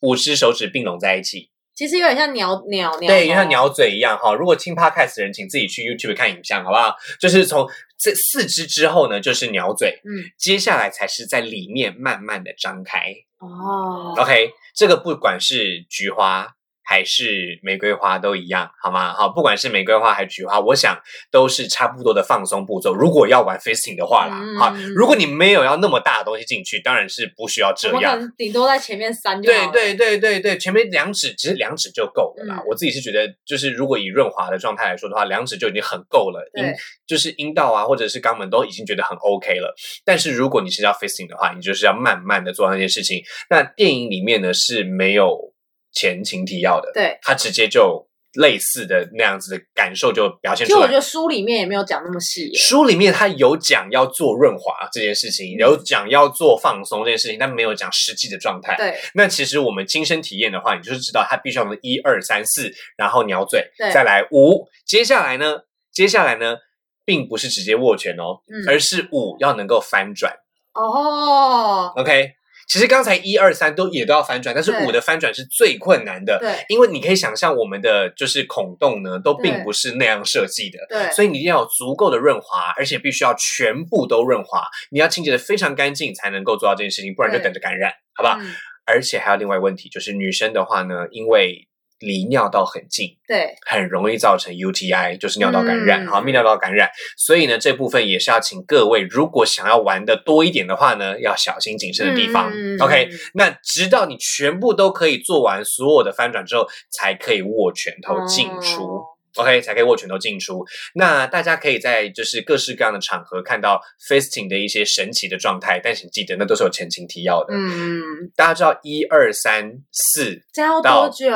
Speaker 1: 五只手指并拢在一起。
Speaker 3: 其实有点像鸟鸟鸟，
Speaker 1: 对，就像鸟嘴一样哈。如果听 podcast 的人，请自己去 YouTube 看影像，好不好？就是从这四肢之后呢，就是鸟嘴，
Speaker 3: 嗯
Speaker 1: 接下来才是在里面慢慢的张开。
Speaker 3: 哦，
Speaker 1: OK，这个不管是菊花还是玫瑰花都一样，好吗？好，不管是玫瑰花还是菊花，我想都是差不多的放松步骤。如果要玩 fisting 的话啦，好，
Speaker 3: 嗯
Speaker 1: 如果你没有要那么大的东西进去，当然是不需要这
Speaker 3: 我们可
Speaker 1: 样。
Speaker 3: 能顶多在前面三就好
Speaker 1: 对
Speaker 3: 了
Speaker 1: 对对对对，前面两指其实两指就够了啦。
Speaker 3: 嗯
Speaker 1: 我自己是觉得，就是如果以润滑的状态来说的话，两指就已经很够了，阴
Speaker 3: 对
Speaker 1: 就是阴道啊或者是肛门都已经觉得很 OK 了。但是如果你是要 facing 的话，你就是要慢慢的做那件事情。那电影里面呢是没有前情提要的，
Speaker 3: 对。
Speaker 1: 它直接就类似的那样子的感受就表现
Speaker 3: 其实
Speaker 1: 出
Speaker 3: 我觉
Speaker 1: 来。
Speaker 3: 得书里面也没有讲那么细耶，
Speaker 1: 书里面它有讲要做润滑这件事情，有讲要做放松这件事情，但没有讲实际的状态。
Speaker 3: 对
Speaker 1: 那其实我们亲身体验的话，你就是知道它必须要从一二三四，然后鸟嘴
Speaker 3: 对，
Speaker 1: 再来五，接下来呢，接下来呢，并不是直接握拳哦，
Speaker 3: 嗯
Speaker 1: 而是五要能够翻转。
Speaker 3: 哦，
Speaker 1: OK，其实刚才一二三都也都要翻转，但是
Speaker 3: 对
Speaker 1: 五的翻转是最困难的。
Speaker 3: 对
Speaker 1: 因为你可以想象，我们的就是孔洞呢，都并
Speaker 3: 对
Speaker 1: 不是那样设计的，
Speaker 3: 对，
Speaker 1: 所以你一定要有足够的润滑，而且必须要全部都润滑，你要清洁的非常干净才能够做到这件事情，不然就
Speaker 3: 对
Speaker 1: 等着感染，好不好？
Speaker 3: 嗯
Speaker 1: 而且还有另外一个问题，就是女生的话呢，因为离尿道很近，
Speaker 3: 对
Speaker 1: 很容易造成 UTI，就是尿道感染，
Speaker 3: 嗯
Speaker 1: 好泌尿道感染。所以呢，这部分也是要请各位，如果想要玩的多一点的话呢，要小心谨慎的地方。
Speaker 3: 嗯
Speaker 1: OK，那直到你全部都可以做完所有的翻转之后，才可以握拳头进出。
Speaker 3: 哦
Speaker 1: OK，才可以握拳头进出。那大家可以在就是各式各样的场合看到 fisting 的一些神奇的状态，但请记得那都是有前情提要的。
Speaker 3: 嗯，
Speaker 1: 大家知道一二三四，
Speaker 3: 这样要
Speaker 1: 到
Speaker 3: 多久？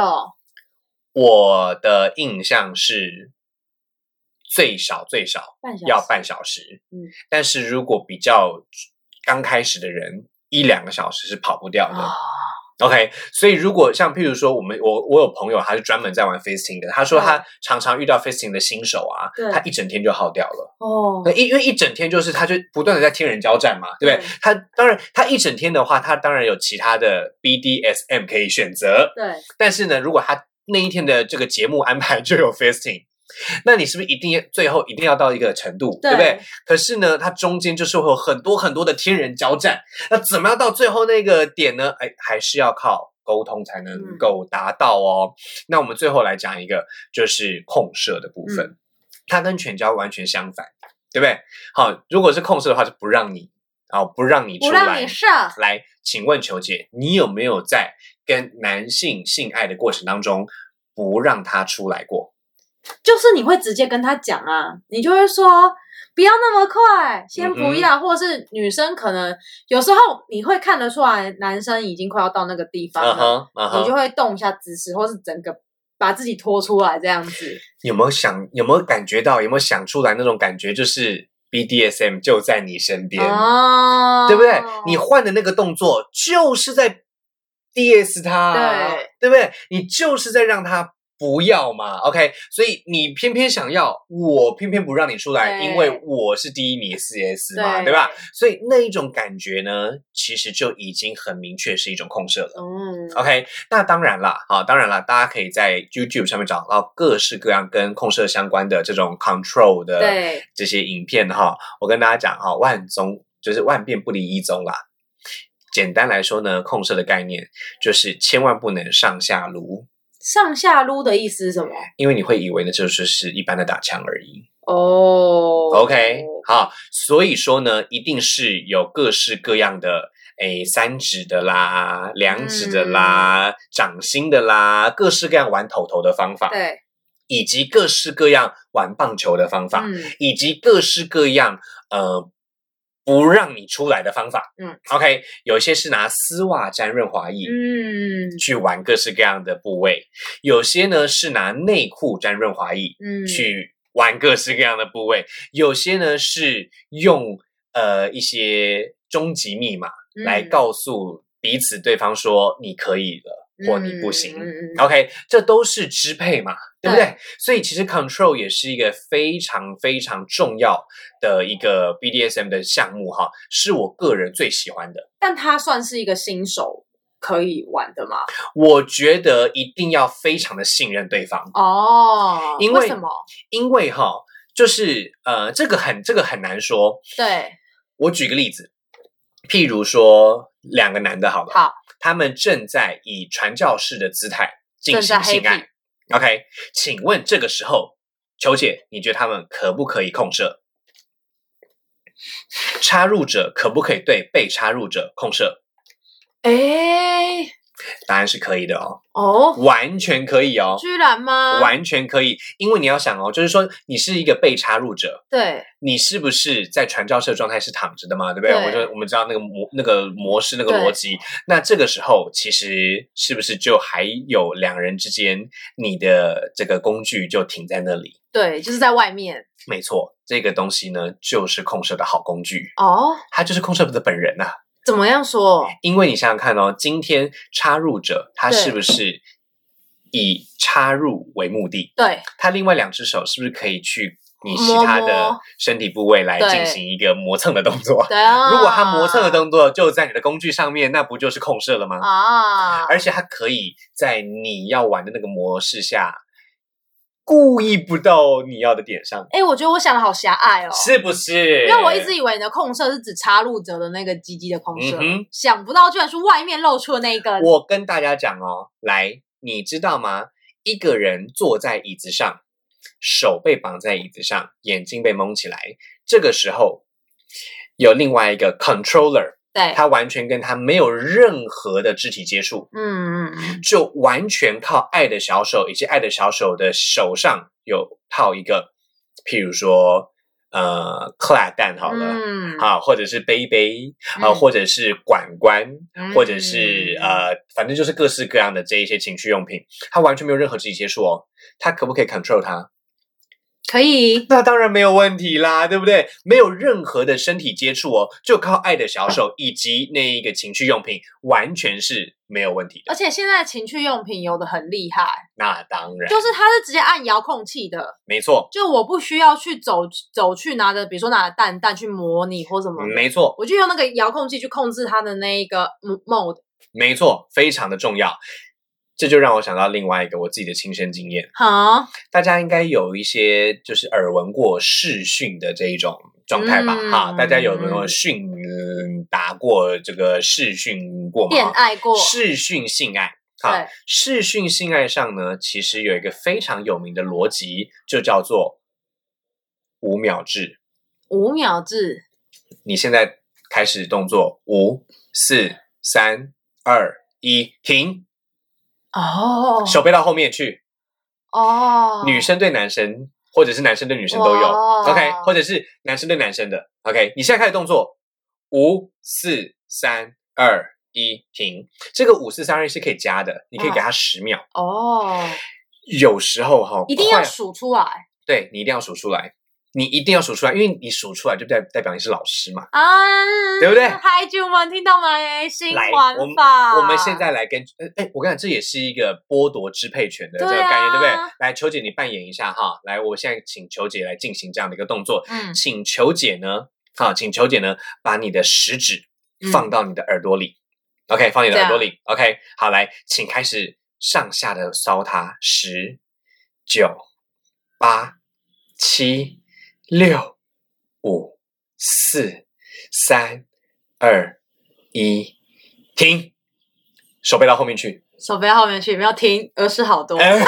Speaker 1: 我的印象是最少最少
Speaker 3: 半小时
Speaker 1: 要半小时，
Speaker 3: 嗯
Speaker 1: 但是如果比较刚开始的人，一两个小时是跑不掉的。
Speaker 3: 啊
Speaker 1: OK，所以如果像譬如说我们我我有朋友他是专门在玩 fisting 的，他说他常常遇到 fisting 的新手啊
Speaker 3: 对，
Speaker 1: 他一整天就耗掉了。
Speaker 3: 哦
Speaker 1: 那，一因为一整天就是他就不断的在天人交战嘛，对不对？
Speaker 3: 对
Speaker 1: 他当然他一整天的话，他当然有其他的 BDSM 可以选择，
Speaker 3: 对，
Speaker 1: 但是呢，如果他那一天的这个节目安排 就有 fasting，那你是不是一定要最后一定要到一个程度，对不对？？可是呢，它中间就是会有很多很多的天人交战，那怎么样到最后那个点呢？哎，还是要靠沟通才
Speaker 3: 嗯
Speaker 1: 能够达到哦。那我们最后来讲一个，就是控射的部
Speaker 3: 嗯
Speaker 1: 分，它跟全交完全相反，对不对？好，如果是控射的话，就不让你啊、不让你出
Speaker 3: 不
Speaker 1: 来，
Speaker 3: 让你射，
Speaker 1: 来，请问球姐，你有没有在跟男性性爱的过程当中不让他出来过？
Speaker 3: 就是你会直接跟他讲啊，你就会说不要那么快，先不
Speaker 1: 嗯
Speaker 3: 要，或者是女生可能有时候你会看得出来，男生已经快要到那个地方
Speaker 1: 嗯
Speaker 3: 了，
Speaker 1: 哼，嗯
Speaker 3: 你就
Speaker 1: 哼，
Speaker 3: 会动一下姿势，或是整个把自己拖出来这样子。
Speaker 1: 有没有想，有没有感觉到，有没有想出来那种感觉，就是 BDSM 就在你身边，嗯
Speaker 3: 哦，
Speaker 1: 对不对？你换的那个动作就是在 DS 他啊，对不对？你就是在让他。不要嘛，OK，所以你偏偏想要，我偏偏不让你出来，
Speaker 3: 对
Speaker 1: 因为我是第一，你是 S 嘛，
Speaker 3: 对
Speaker 1: 对吧？？所以那一种感觉呢，其实就已经很明确是一种控射了。
Speaker 3: 嗯，
Speaker 1: OK，那当然啦，好，当然啦，大家可以在 YouTube 上面找到各式各样跟控射相关的这种 control 的
Speaker 3: 对，
Speaker 1: 这些影片哈。我跟大家讲哈，万宗就是万变不离一宗啦。简单来说呢，控射的概念就是千万不能上下撸，
Speaker 3: 上下撸的意思是什么？
Speaker 1: 因为你会以为那就是是一般的打枪而已。
Speaker 3: 哦
Speaker 1: OK，好，所以说呢，一定是有各式各样的，诶，三指的啦，两指的啦，
Speaker 3: 嗯
Speaker 1: 掌心的啦，各式各样玩头头的方法，
Speaker 3: 对，
Speaker 1: 以及各式各样玩棒球的方法，
Speaker 3: 嗯
Speaker 1: 以及各式各样呃不让你出来的方法。
Speaker 3: 嗯
Speaker 1: ，OK，有一些是拿丝袜沾润滑液。
Speaker 3: 嗯
Speaker 1: 去玩各式各样的部位，有些呢是拿内裤沾润滑液，
Speaker 3: 嗯，
Speaker 1: 去玩各式各样的部位，有些呢是用呃一些终极密码
Speaker 3: 嗯
Speaker 1: 来告诉彼此对方说你可以了、或你不行。
Speaker 3: 嗯嗯嗯嗯
Speaker 1: OK，这都是支配嘛，对不对？
Speaker 3: 对
Speaker 1: 所以其实 control 也是一个非常非常重要的一个 BDSM 的项目哈，是我个人最喜欢的。
Speaker 3: 但他算是一个新手可以玩的吗？
Speaker 1: 我觉得一定要非常的信任对方，
Speaker 3: 哦，
Speaker 1: 因为
Speaker 3: 什么？
Speaker 1: 因为哈，就是呃，这个很这个很难说，
Speaker 3: 对，
Speaker 1: 我举个例子，譬如说两个男的好了，
Speaker 3: 好，
Speaker 1: 他们正在以传教士的姿态进
Speaker 3: 正在
Speaker 1: 行
Speaker 3: 黑
Speaker 1: 性爱。OK，请问这个时候，球姐，你觉得他们可不可以控射？插入者可不可以对被插入者控射？
Speaker 3: 哎，
Speaker 1: 答案是可以的哦，
Speaker 3: 哦，
Speaker 1: 完全可以哦，
Speaker 3: 居然吗？
Speaker 1: 完全可以。因为你要想哦，就是说你是一个被插入者，
Speaker 3: 对，
Speaker 1: 你是不是在传教士的状态是躺着的嘛？对不对？
Speaker 3: 对
Speaker 1: 我就我们知道那个模那个模式那个
Speaker 3: 对
Speaker 1: 逻辑。那这个时候其实是不是就还有两人之间你的这个工具就停在那里？
Speaker 3: 对，就是在外面
Speaker 1: 没错，这个东西呢就是控射的好工具，
Speaker 3: 哦。
Speaker 1: 它就是控射的本人呐、啊
Speaker 3: 怎么样说？
Speaker 1: 因为你想想看哦，今天插入者他
Speaker 3: 对
Speaker 1: 是不是以插入为目的？
Speaker 3: 对，
Speaker 1: 他另外两只手是不是可以去？你其
Speaker 3: 摸
Speaker 1: 他的
Speaker 3: 摸
Speaker 1: 身体部位来
Speaker 3: 对
Speaker 1: 进行一个磨蹭的动作，
Speaker 3: 对啊。
Speaker 1: 如果它磨蹭的动作就在你的工具上面，那不就是控射了吗？
Speaker 3: 啊，
Speaker 1: 而且它可以在你要玩的那个模式下，故意不到你要的点上，
Speaker 3: 哎，我觉得我想的好狭隘哦。。
Speaker 1: 是不是？
Speaker 3: 因为我一直以为你的控射是指插入者的那个鸡鸡的控射，
Speaker 1: 嗯哼
Speaker 3: 想不到居然是外面露出的那一根。
Speaker 1: 我跟大家讲哦，来，你知道吗？一个人坐在椅子上，手被绑在椅子上，眼睛被蒙起来，这个时候有另外一个 controller，
Speaker 3: 对，
Speaker 1: 他完全跟他没有任何的肢体接触。
Speaker 3: 嗯嗯嗯，
Speaker 1: 就完全靠爱的小手以及爱的小手的手上有套一个，譬如说呃克拉蛋好了、
Speaker 3: 嗯，
Speaker 1: 啊，或者是杯杯啊，
Speaker 3: 嗯
Speaker 1: 或者是管管，
Speaker 3: 嗯
Speaker 1: 或者是呃，反正就是各式各样的这一些情趣用品，它完全没有任何肢体接触哦，它可不可以 control 它？
Speaker 3: 可以，
Speaker 1: 那当然没有问题啦，对不对？没有任何的身体接触哦，就靠爱的小手以及那一个情趣用品，完全是没有问题的。
Speaker 3: 而且现在的情趣用品有的很厉害，
Speaker 1: 那当然，
Speaker 3: 就是它是直接按遥控器的，
Speaker 1: 没错。
Speaker 3: 就我不需要去走走去拿着，比如说拿着蛋蛋去模拟或什么，
Speaker 1: 嗯没错，
Speaker 3: 我就用那个遥控器去控制它的那一个 mode。
Speaker 1: 没错，非常的重要。这就让我想到另外一个我自己的亲身经验，
Speaker 3: 好，
Speaker 1: 大家应该有一些就是耳闻过视讯的这一种状态吧？
Speaker 3: 嗯
Speaker 1: 哈，大家有没有训嗯打过这个视讯过
Speaker 3: 恋
Speaker 1: 吗？
Speaker 3: 爱过，
Speaker 1: 视讯性爱。哈，
Speaker 3: 对，
Speaker 1: 视讯性爱上呢，其实有一个非常有名的逻辑，就叫做五秒制。
Speaker 3: 五秒制，
Speaker 1: 你现在开始动作，五、四、三、二、一，停。
Speaker 3: 哦，
Speaker 1: 手背到后面去，
Speaker 3: 哦，
Speaker 1: 女生对男生，或者是男生对女生都有
Speaker 3: 哇
Speaker 1: ，OK，或者是男生对男生的，OK。你现在开始动作，五、四、三、二、一，停。这个五、四、三、二是可以加的，你可以
Speaker 3: 嗯
Speaker 1: 给他十秒。
Speaker 3: 哦，
Speaker 1: 有时候哈，
Speaker 3: 一定要
Speaker 1: 快
Speaker 3: 数出来
Speaker 1: 对你一定要数出来，你一定要数出来，因为你数出来就代代表你是老师嘛。
Speaker 3: 啊，
Speaker 1: 对不对
Speaker 3: 嗨，就们听到没？新
Speaker 1: 来，
Speaker 3: 玩
Speaker 1: 我们
Speaker 3: 法，
Speaker 1: 我们现在来跟，呃哎，我跟你讲，这也是一个剥夺支配权的这个
Speaker 3: 对啊
Speaker 1: 概念，对不对？来，球姐你扮演一下哈，来，我现在请球姐来进行这样的一个动作，
Speaker 3: 嗯
Speaker 1: 请球姐呢，好，请球姐呢，把你的食指
Speaker 3: 嗯
Speaker 1: 放到你的耳朵里、o k 放你的耳朵里，OK，好，
Speaker 3: 啊
Speaker 1: 来，请开始上下的搔它，十、九、八、七、六、五、四、三、二、一，停，手背到后面去，
Speaker 3: 手背后面去，没有停，而是哦好多，
Speaker 1: 哎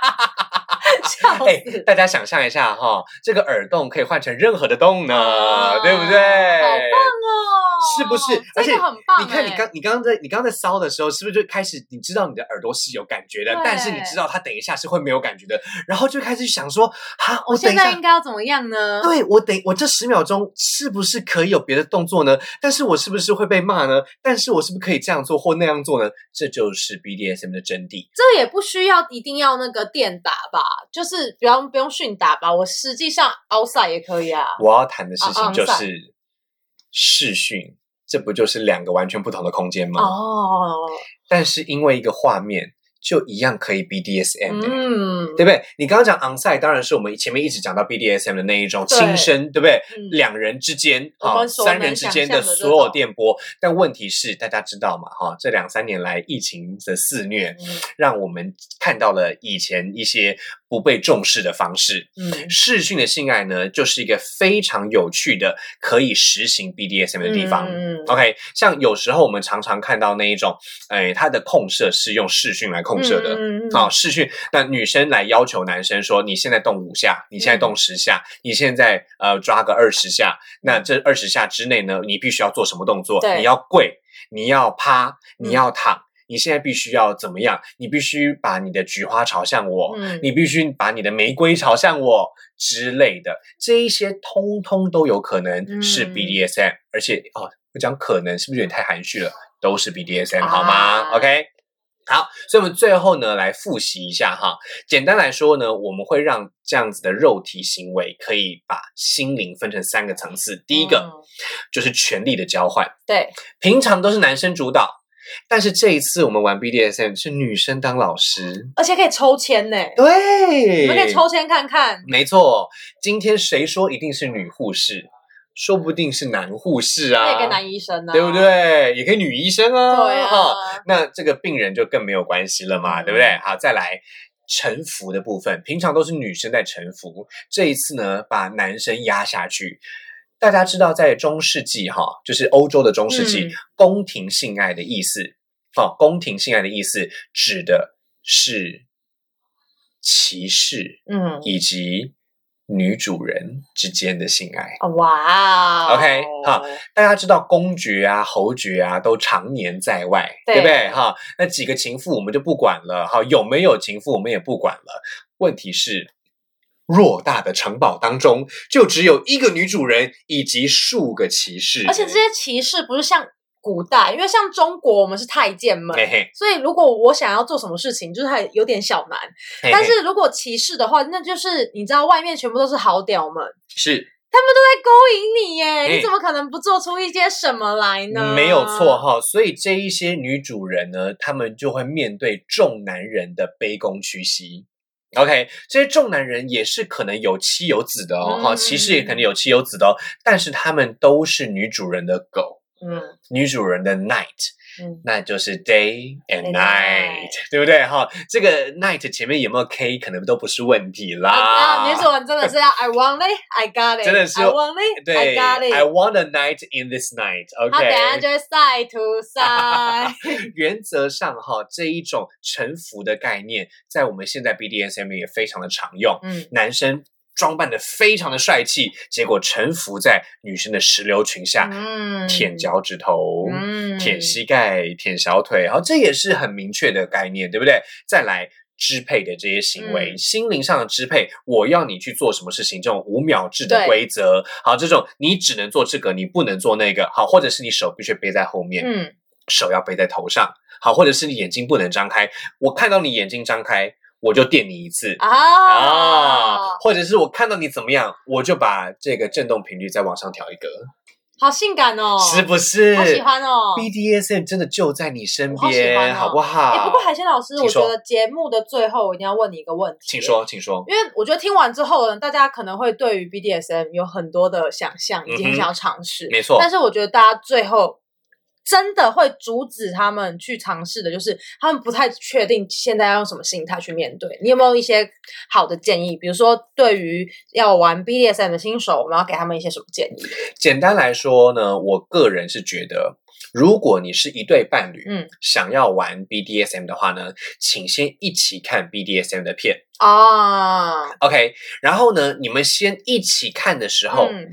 Speaker 3: 笑死。
Speaker 1: 哎，大家想象一下哈、这个耳洞可以换成任何的洞呢，
Speaker 3: 啊
Speaker 1: 对不对？
Speaker 3: 好棒哦！
Speaker 1: 是不是而且
Speaker 3: 这个很棒
Speaker 1: 你
Speaker 3: 哎、
Speaker 1: 看，你刚你刚刚在你刚刚在搔的时候，是不是就开始你知道你的耳朵是有感觉的
Speaker 3: 对，
Speaker 1: 但是你知道它等一下是会没有感觉的，然后就开始想说，哈，
Speaker 3: 我
Speaker 1: 我等
Speaker 3: 现
Speaker 1: 一
Speaker 3: 在
Speaker 1: 下
Speaker 3: 应，该要怎么样呢？
Speaker 1: 对我等我这十秒钟是不是可以有别的动作呢？但是我是不是会被骂呢？但是我是不是可以这样做或那样做呢？这就是 BDSM 的真谛。
Speaker 3: 这也不需要一定要那个电打吧，就是不用不用训打吧，我实际上 outside 也可以啊。
Speaker 1: 我要谈的事
Speaker 3: 啊
Speaker 1: 情就
Speaker 3: 昂赛
Speaker 1: 是视讯，这不就是两个完全不同的空间吗？
Speaker 3: 哦，
Speaker 1: 但是因为一个画面，就一样可以 BDSM 欸、
Speaker 3: 嗯，
Speaker 1: 对不对？你刚刚讲 onsite，当然是我们前面一直讲到 BDSM 的那一种
Speaker 3: 对
Speaker 1: 亲身，对不对？
Speaker 3: 嗯
Speaker 1: 两人之间
Speaker 3: 我
Speaker 1: 哈，
Speaker 3: 们所能
Speaker 1: 三人之间
Speaker 3: 想象的这
Speaker 1: 所有
Speaker 3: 种
Speaker 1: 电波。但问题是，大家知道嘛？哈，这两三年来疫情的肆虐，让我们看到了以前一些不被重视的方式。
Speaker 3: 嗯，
Speaker 1: 视讯的性爱呢，就是一个非常有趣的可以实行 BDSM 的地方。
Speaker 3: 嗯嗯
Speaker 1: OK，像有时候我们常常看到那一种，哎，它的控射是用视讯来控射的。
Speaker 3: 嗯嗯嗯
Speaker 1: 好、啊视讯，那女生来要求男生说：“你现在动五下，你现在
Speaker 3: 嗯
Speaker 1: 动十下，你现在呃抓个二十下。那这二十下之内呢，你必须要做什么动作？
Speaker 3: 嗯对
Speaker 1: 你要跪，你要趴，
Speaker 3: 嗯
Speaker 1: 你要躺，你现在必须要怎么样？你必须把你的菊花朝向我，
Speaker 3: 嗯
Speaker 1: 你必须把你的玫瑰朝向我之类的，这一些通通都有可能是
Speaker 3: 嗯
Speaker 1: BDSM，、而且哦，我讲可能是不是有点太含蓄了？都是 BDSM 好吗、
Speaker 3: 啊
Speaker 1: o k 好，所以我们最后呢来复习一下哈。简单来说呢，我们会让这样子的肉体行为可以把心灵分成三个层次。第一个、
Speaker 3: 嗯
Speaker 1: 就是权力的交换，
Speaker 3: 对，
Speaker 1: 平常都是男生主导，但是这一次我们玩 BDSM 是女生当老师，
Speaker 3: 而且可以抽签呢，
Speaker 1: 对，
Speaker 3: 我们可以抽签看看。
Speaker 1: 没错，哦今天谁说一定是女护士？说不定是男护士
Speaker 3: 那
Speaker 1: 啊，
Speaker 3: 个男医生呢、
Speaker 1: 对不？对？也可以女医生啊，
Speaker 3: 对啊
Speaker 1: 哈，那这个病人就更没有关系了嘛，
Speaker 3: 嗯
Speaker 1: 对不对？好，再来。臣服的部分，平常都是女生在臣服，这一次呢，把男生压下去。大家知道，在中世纪哈，就是欧洲的中世纪，
Speaker 3: 嗯
Speaker 1: 宫廷性爱的意思，哦，宫廷性爱的意思指的是骑士，
Speaker 3: 嗯，
Speaker 1: 以及女主人之间的性爱。
Speaker 3: 哦哇哦
Speaker 1: OK，好，大家知道公爵啊、侯爵啊都常年在外，
Speaker 3: 对
Speaker 1: 不对？哈，那几个情妇我们就不管了，哈，有没有情妇我们也不管了。问题是。偌大的城堡当中，就只有一个女主人以及数个骑士，
Speaker 3: 而且这些骑士不是像古代，因为像中国我们是太监们，
Speaker 1: 嘿嘿，
Speaker 3: 所以如果我想要做什么事情，就是还有点小难。
Speaker 1: 嘿嘿
Speaker 3: 但是如果骑士的话，那就是你知道外面全部都是好屌们
Speaker 1: 是
Speaker 3: 在勾引你耶，
Speaker 1: 嘿
Speaker 3: 你怎么可能不做出一些什么来呢？
Speaker 1: 没有错，哈，所以这一些女主人呢，她们就会面对重男人的卑躬屈膝。OK，这些重男人也是可能有妻有子的哦，哈、
Speaker 3: 嗯
Speaker 1: 骑士也可能有妻有子的哦，但是他们都是女主人的狗，
Speaker 3: 嗯
Speaker 1: 女主人的 night，
Speaker 3: 嗯，
Speaker 1: 那就是 day and
Speaker 3: And
Speaker 1: night，对不对哈？这个 night 前面有没有 k 可能都不是问题啦。
Speaker 3: 啊，女主人真的是要 I want it, I got it，
Speaker 1: 真的是
Speaker 3: I want it,
Speaker 1: 对
Speaker 3: I got
Speaker 1: ，I
Speaker 3: it。
Speaker 1: want a night in this night，OK、
Speaker 3: 他等一下就会 side to side，
Speaker 1: 原则上哈，这一种臣服的概念，在我们现在 BDSM 也非常的常用。
Speaker 3: 嗯，
Speaker 1: 男生装扮的非常的帅气，结果臣服在女生的石榴裙下，
Speaker 3: 嗯
Speaker 1: 舔，脚趾头。
Speaker 3: 嗯
Speaker 1: 舔，膝盖、舔小腿，好，这也是很明确的概念，对不对？再来支配的这些行为，
Speaker 3: 嗯
Speaker 1: 心灵上的支配，我要你去做什么事情，这种五秒制的
Speaker 3: 对
Speaker 1: 规则，好，这种你只能做这个，你不能做那个，好，或者是你手必须背在后面，
Speaker 3: 嗯，
Speaker 1: 手要背在头上，好，或者是你眼睛不能张开，我看到你眼睛张开，我就电你一次。
Speaker 3: 哦啊，
Speaker 1: 或者是我看到你怎么样，我就把这个震动频率再往上调一格，
Speaker 3: 好性感哦，
Speaker 1: 是不是？
Speaker 3: 好喜欢哦。
Speaker 1: BDSM 真的就在你身
Speaker 3: 我好喜欢
Speaker 1: 边，
Speaker 3: 哦
Speaker 1: 好不好？
Speaker 3: 哎、不过海鲜老师，
Speaker 1: 请
Speaker 3: 我
Speaker 1: 说
Speaker 3: 觉得节目的最后我一定要问你一个问题，
Speaker 1: 请。说，请说。
Speaker 3: 因为我觉得听完之后呢，大家可能会对于 BDSM 有很多的想象，已
Speaker 1: 嗯
Speaker 3: 经
Speaker 1: 哼
Speaker 3: 想要尝试。
Speaker 1: 没错
Speaker 3: 但是我觉得大家最后真的会阻止他们去尝试的，就是他们不太确定现在要用什么心态去面对。你有没有一些好的建议？比如说，对于要玩 BDSM 的新手，我们要给他们一些什么建议？
Speaker 1: 简单来说呢，我个人是觉得，如果你是一对伴侣，
Speaker 3: 嗯，
Speaker 1: 想要玩 BDSM 的话呢，请先一起看 BDSM 的片
Speaker 3: 啊，
Speaker 1: ，OK？然后呢，你们先一起看的时候，
Speaker 3: 嗯，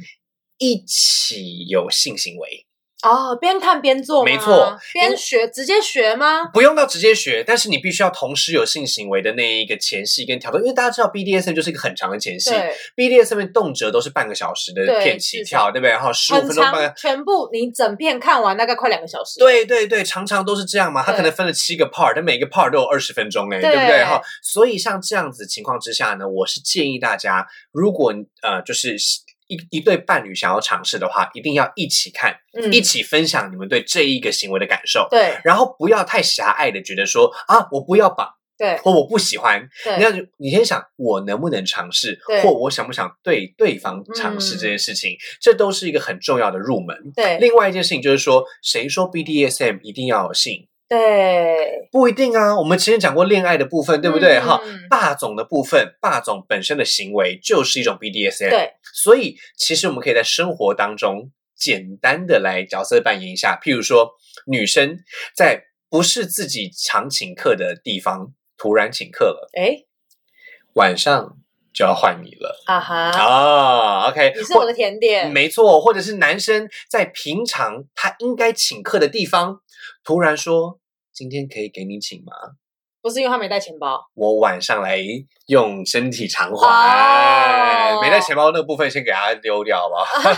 Speaker 1: 一起有性行为，
Speaker 3: 哦，边看边做吗，
Speaker 1: 没错因为
Speaker 3: 边学直接学吗？
Speaker 1: 不用到直接学，但是你必须要同时有性行为的那一个前戏跟挑逗，因为大家知道 BDSM 就是一个很长的前戏
Speaker 3: 对，
Speaker 1: ，BDSM 动�辄都是半个小时的
Speaker 3: 对
Speaker 1: 片起
Speaker 3: 至
Speaker 1: 跳，
Speaker 3: 少
Speaker 1: 对不对？然后十五
Speaker 3: 很
Speaker 1: 分钟半个
Speaker 3: 长，全部你整片看完大概快两个小时。
Speaker 1: 对对对，常常都是这样嘛。他可
Speaker 3: 对
Speaker 1: 能分了七个 part，但每个 part 都有二十分钟哎、
Speaker 3: 对
Speaker 1: 对不对？哈，所以像这样子情况之下呢，我是建议大家，如果呃就是一一对伴侣想要尝试的话，一定要一起看，
Speaker 3: 嗯
Speaker 1: 一起分享你们对这一个行为的感受。
Speaker 3: 对
Speaker 1: 然后不要太狭隘的觉得说啊，我不要绑，
Speaker 3: 对
Speaker 1: 或我不喜欢。
Speaker 3: 对，
Speaker 1: 那你先想我能不能尝试，
Speaker 3: 对嗯
Speaker 1: 或我想不想对对方尝试这件事情，这都是一个很重要的入门。
Speaker 3: 对
Speaker 1: 另外一件事情就是说，谁说 BDSM 一定要有性？
Speaker 3: 对，
Speaker 1: 不一定啊。我们前面讲过恋爱的部分，对不对？
Speaker 3: 嗯
Speaker 1: 哈、霸总的部分，霸总本身的行为就是一种 BDSM。
Speaker 3: 对，
Speaker 1: 所以其实我们可以在生活当中简单的来角色扮演一下，譬如说女生在不是自己常请客的地方突然请客了，
Speaker 3: 哎，
Speaker 1: 晚上就要换你了
Speaker 3: 啊哈，
Speaker 1: 啊。OK，
Speaker 3: 你是我的甜点，
Speaker 1: 没错，或者是男生在平常他应该请客的地方，突然说今天可以给你请吗？
Speaker 3: 不是因为他没带钱包。
Speaker 1: 我晚上来用身体偿还，
Speaker 3: 哦
Speaker 1: 没带钱包那部分先给他丢掉吧。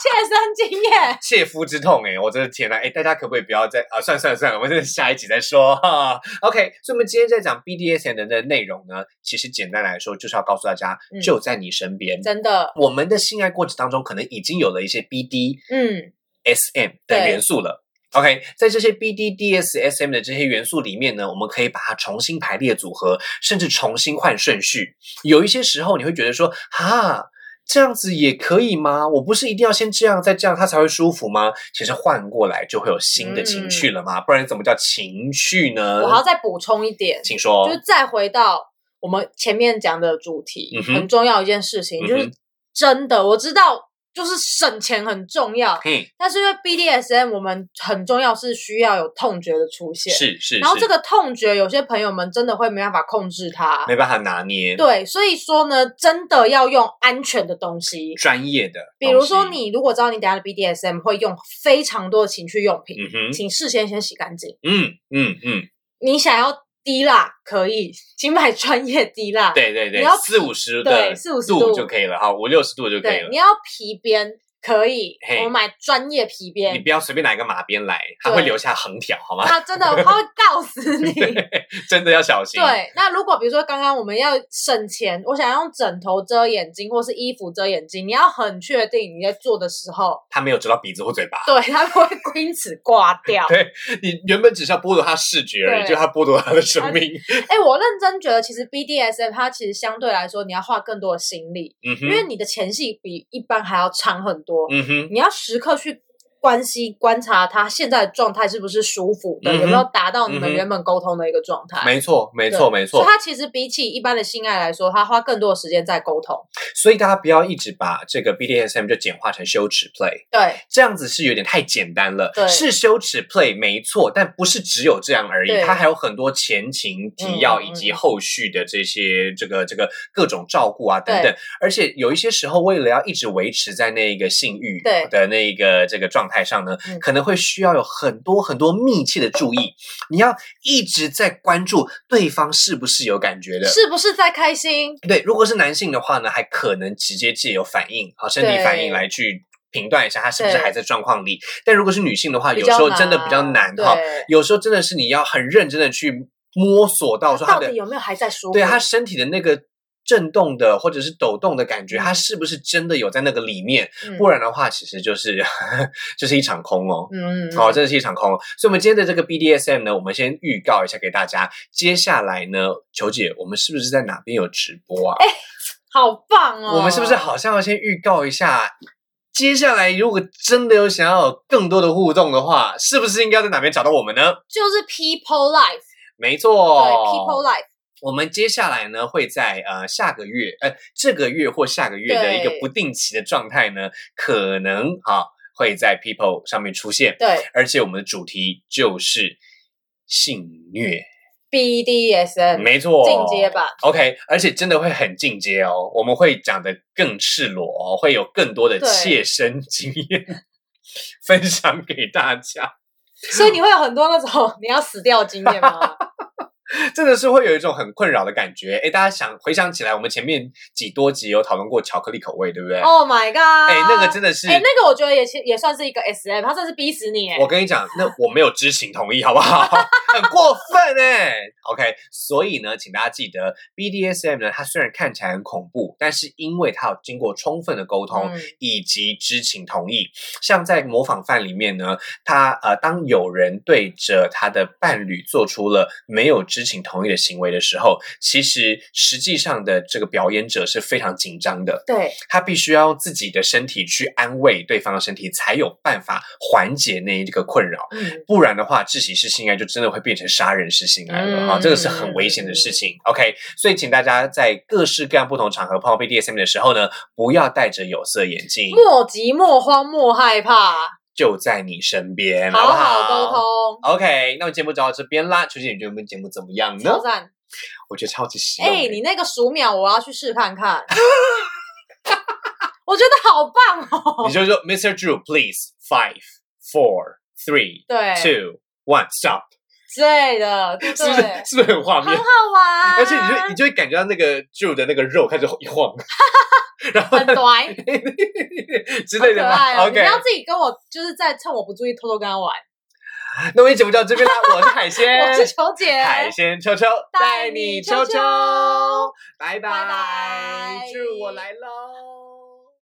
Speaker 3: 切身经 验。
Speaker 1: 切肤之痛哎、我真的天呐哎、大家可不可以不要再啊？算了算了算了，我们这下一集再说哈。OK，所以我们今天在讲 BDSM 的那内容呢，其实简单来说就是要告诉大家，
Speaker 3: 嗯
Speaker 1: 就在你身边。
Speaker 3: 真的，
Speaker 1: 我们的性爱过程当中，可能已经有了一些 BD，
Speaker 3: 嗯，
Speaker 1: SM 的
Speaker 3: 对
Speaker 1: 元素了。OK，在这些 BD、DS、SM 的这些元素里面呢，我们可以把它重新排列组合，甚至重新换顺序。有一些时候你会觉得说，哈，这样子也可以吗？我不是一定要先这样，再这样它才会舒服吗？其实换过来就会有新的情趣了嘛，不然怎么叫情趣呢？
Speaker 3: 嗯我还要再补充一点，
Speaker 1: 呃请哦说
Speaker 3: 就是，再回到我们前面讲的主题，
Speaker 1: 嗯哼
Speaker 3: 很重要一件事情，就
Speaker 1: 嗯
Speaker 3: 是真的，我知道。就是省钱很重 要，
Speaker 1: 嘿，
Speaker 3: 但是因为 BDSM 我们很重要是需要有痛觉的出现，
Speaker 1: 是是，
Speaker 3: 然后
Speaker 1: 是
Speaker 3: 这个痛觉有些朋友们真的会没办法控制它，
Speaker 1: 没办法拿捏，
Speaker 3: 对，所以说呢，真的要用安全的东西，
Speaker 1: 专业的东西，
Speaker 3: 比如说你如果知道你等一下的 BDSM 会用非常多的情趣用品，
Speaker 1: 嗯哼，
Speaker 3: 请事先先洗干净。
Speaker 1: 嗯嗯嗯，
Speaker 3: 你想要滴蜡可以，请买专业滴蜡。
Speaker 1: 对对对
Speaker 3: 你要，
Speaker 1: 四五十的
Speaker 3: 对4-50
Speaker 1: 度
Speaker 3: 度
Speaker 1: 就可以了，哈，五六十度就可以
Speaker 3: 对
Speaker 1: 了
Speaker 3: 你。要皮鞭可以
Speaker 1: 嘿，
Speaker 3: 我买专业皮
Speaker 1: 你
Speaker 3: 鞭
Speaker 1: 不。要随便拿一个马鞭来，它
Speaker 3: 对
Speaker 1: 会留下横条，好吗？
Speaker 3: 它真的，它会 告死你。
Speaker 1: 真的要小心。，
Speaker 3: 对，那如果比如说刚刚我们要省钱，我想用枕头遮眼睛或是衣服遮眼睛，你要很确定你在做的时候，
Speaker 1: 它没有折到鼻子或嘴巴，
Speaker 3: 对它不会因此挂掉。
Speaker 1: 对你原本只是要剥夺它视觉而已，
Speaker 3: 对
Speaker 1: 就它剥夺它的生命。
Speaker 3: 哎、我认真觉得，其实 BDSM 它其实相对来说，你要花更多的心力，
Speaker 1: 嗯
Speaker 3: 因为
Speaker 1: 哼，
Speaker 3: 你的前戏比一般还要长很多，
Speaker 1: 嗯哼，
Speaker 3: 你要时刻去关心、观察他现在的状态是不是舒服的，
Speaker 1: 嗯哼
Speaker 3: 有没有达到你
Speaker 1: 嗯
Speaker 3: 们
Speaker 1: 哼
Speaker 3: 原本沟通的一个状态。
Speaker 1: 没错，没
Speaker 3: 没
Speaker 1: 错，没错
Speaker 3: 所以。它其实比起一般的性爱来说，它花更多的时间在沟通。
Speaker 1: 所以大家不要一直把这个 BDSM 就简化成羞耻 play，
Speaker 3: 对
Speaker 1: 这样子是有点太简单了。
Speaker 3: 对
Speaker 1: 是羞耻 play 没错，但不是只有这样而已，
Speaker 3: 对
Speaker 1: 它还有很多前情提要
Speaker 3: 嗯
Speaker 1: 以及后续的这些、这个这个各种照顾啊等等
Speaker 3: 对。
Speaker 1: 而且有一些时候，为了要一直维持在那个性欲
Speaker 3: 对
Speaker 1: 的那个这个状态上呢，
Speaker 3: 嗯
Speaker 1: 可能会需要有很多很多密切的注意，你要一直在关注对方是不是有感觉的。
Speaker 3: 是不是在开心？
Speaker 1: 对，如果是男性的话呢，还可能直接借由反应啊，身体反应
Speaker 3: 对
Speaker 1: 来去评断一下他是不是
Speaker 3: 对
Speaker 1: 还在状况里。但如果是女性的话，
Speaker 3: 比
Speaker 1: 啊有
Speaker 3: 较
Speaker 1: 时候真的比较难哈，
Speaker 3: 对
Speaker 1: 有时候真的是你要很认真的去摸索到说他
Speaker 3: 到
Speaker 1: 的
Speaker 3: 底有没有还在舒服？
Speaker 1: 对他身体的那个。震动的或者是抖动的感觉，他是不是真的有在那个里面？
Speaker 3: 嗯
Speaker 1: 不然的话，其实就是 就是一场空哦。
Speaker 3: 嗯，嗯
Speaker 1: 好、这是一场空。哦所以，我们今天的这个 BDSM 呢，我们先预告一下给大家。接下来呢，球姐，我们是不是在哪边有直播啊？
Speaker 3: 好棒哦！
Speaker 1: 我们是不是好像要先预告一下接下来如果真的有想要有更多的互动的话，是不是应该在哪边找到我们呢？
Speaker 3: 就是 People Life，
Speaker 1: 没
Speaker 3: 对
Speaker 1: 错
Speaker 3: ，People Life，
Speaker 1: 我们接下来呢会在呃下个月，呃这个月或下个月的一个
Speaker 3: 对
Speaker 1: 不定期的状态呢，可能啊会在 People 上面出现，
Speaker 3: 对
Speaker 1: 而且我们的主题就是性虐，
Speaker 3: BDSM
Speaker 1: 没错，
Speaker 3: 进阶版。
Speaker 1: OK，而且真的会很进阶哦，我们会讲的更赤裸哦，会有更多的
Speaker 3: 对
Speaker 1: 切身经验 分享给大家，
Speaker 3: 所以你会有很多那种你要死掉的经 验吗？
Speaker 1: 真的是会有一种很困扰的感觉。哎，大家想回想起来，我们前面几多集有讨论过巧克力口味，对不对？
Speaker 3: Oh my god！
Speaker 1: 哎，那个真的是，
Speaker 3: 哎、那个我觉得也其也算是一个 S M，他算是逼死你哎、
Speaker 1: 我跟你讲，那我没有知情同意，好不好？很过分哎、OK，所以呢，请大家记得，BDSM 呢，它虽然看起来很恐怖，但是因为它有经过充分的沟通，
Speaker 3: 嗯
Speaker 1: 以及知情同意，像在模仿犯里面呢，他呃，当有人对着他的伴侣做出了没有知情同意的行为的时候，其实实际上的这个表演者是非常紧张的，
Speaker 3: 对，
Speaker 1: 他必须要用自己的身体去安慰对方的身体，才有办法缓解那一个困扰。
Speaker 3: 嗯，
Speaker 1: 不然的话，窒息式性爱就真的会变成杀人式性爱了哈、
Speaker 3: 嗯
Speaker 1: 这个是很危险的事情。OK，所以请大家在各式各样不同场合碰到 BDSM 的时候呢，不要戴着有色眼镜，
Speaker 3: 莫急莫慌莫害怕，
Speaker 1: 就在你身边，好
Speaker 3: 好
Speaker 1: 不
Speaker 3: 好沟通，
Speaker 1: OK，那我们节目就到这边啦。秋姐，你觉得我们节目怎么样呢
Speaker 3: 超？赞！
Speaker 1: 我觉得超级实
Speaker 3: 哎、
Speaker 1: 用欸。
Speaker 3: 你那个数秒我要去试看看， 我觉得好棒哦
Speaker 1: 你。就说 Mr. Drew, please five, four, three,
Speaker 3: 对，
Speaker 1: two, one, stop，
Speaker 3: 之类的，对不
Speaker 1: 是不是
Speaker 3: 对？啊
Speaker 1: 是不是很画
Speaker 3: 很
Speaker 1: 面？
Speaker 3: 好玩，
Speaker 1: 而且你就你就会感觉到那个 Drew 的那个肉开始一晃， 然后
Speaker 3: 很短，
Speaker 1: 之类的
Speaker 3: 好可爱
Speaker 1: 吧。
Speaker 3: 哦你
Speaker 1: OK，
Speaker 3: 不要自己跟我，就是在趁我不注意偷偷跟他玩。
Speaker 1: 那我们节目就到这边啦。我是海鲜，
Speaker 3: 我是球姐，
Speaker 1: 海鲜秋秋，
Speaker 3: 带
Speaker 1: 带
Speaker 3: 你
Speaker 1: 你
Speaker 3: 秋
Speaker 1: 秋
Speaker 3: 秋
Speaker 1: 秋，拜
Speaker 3: 拜拜
Speaker 1: ，Drew 我来喽。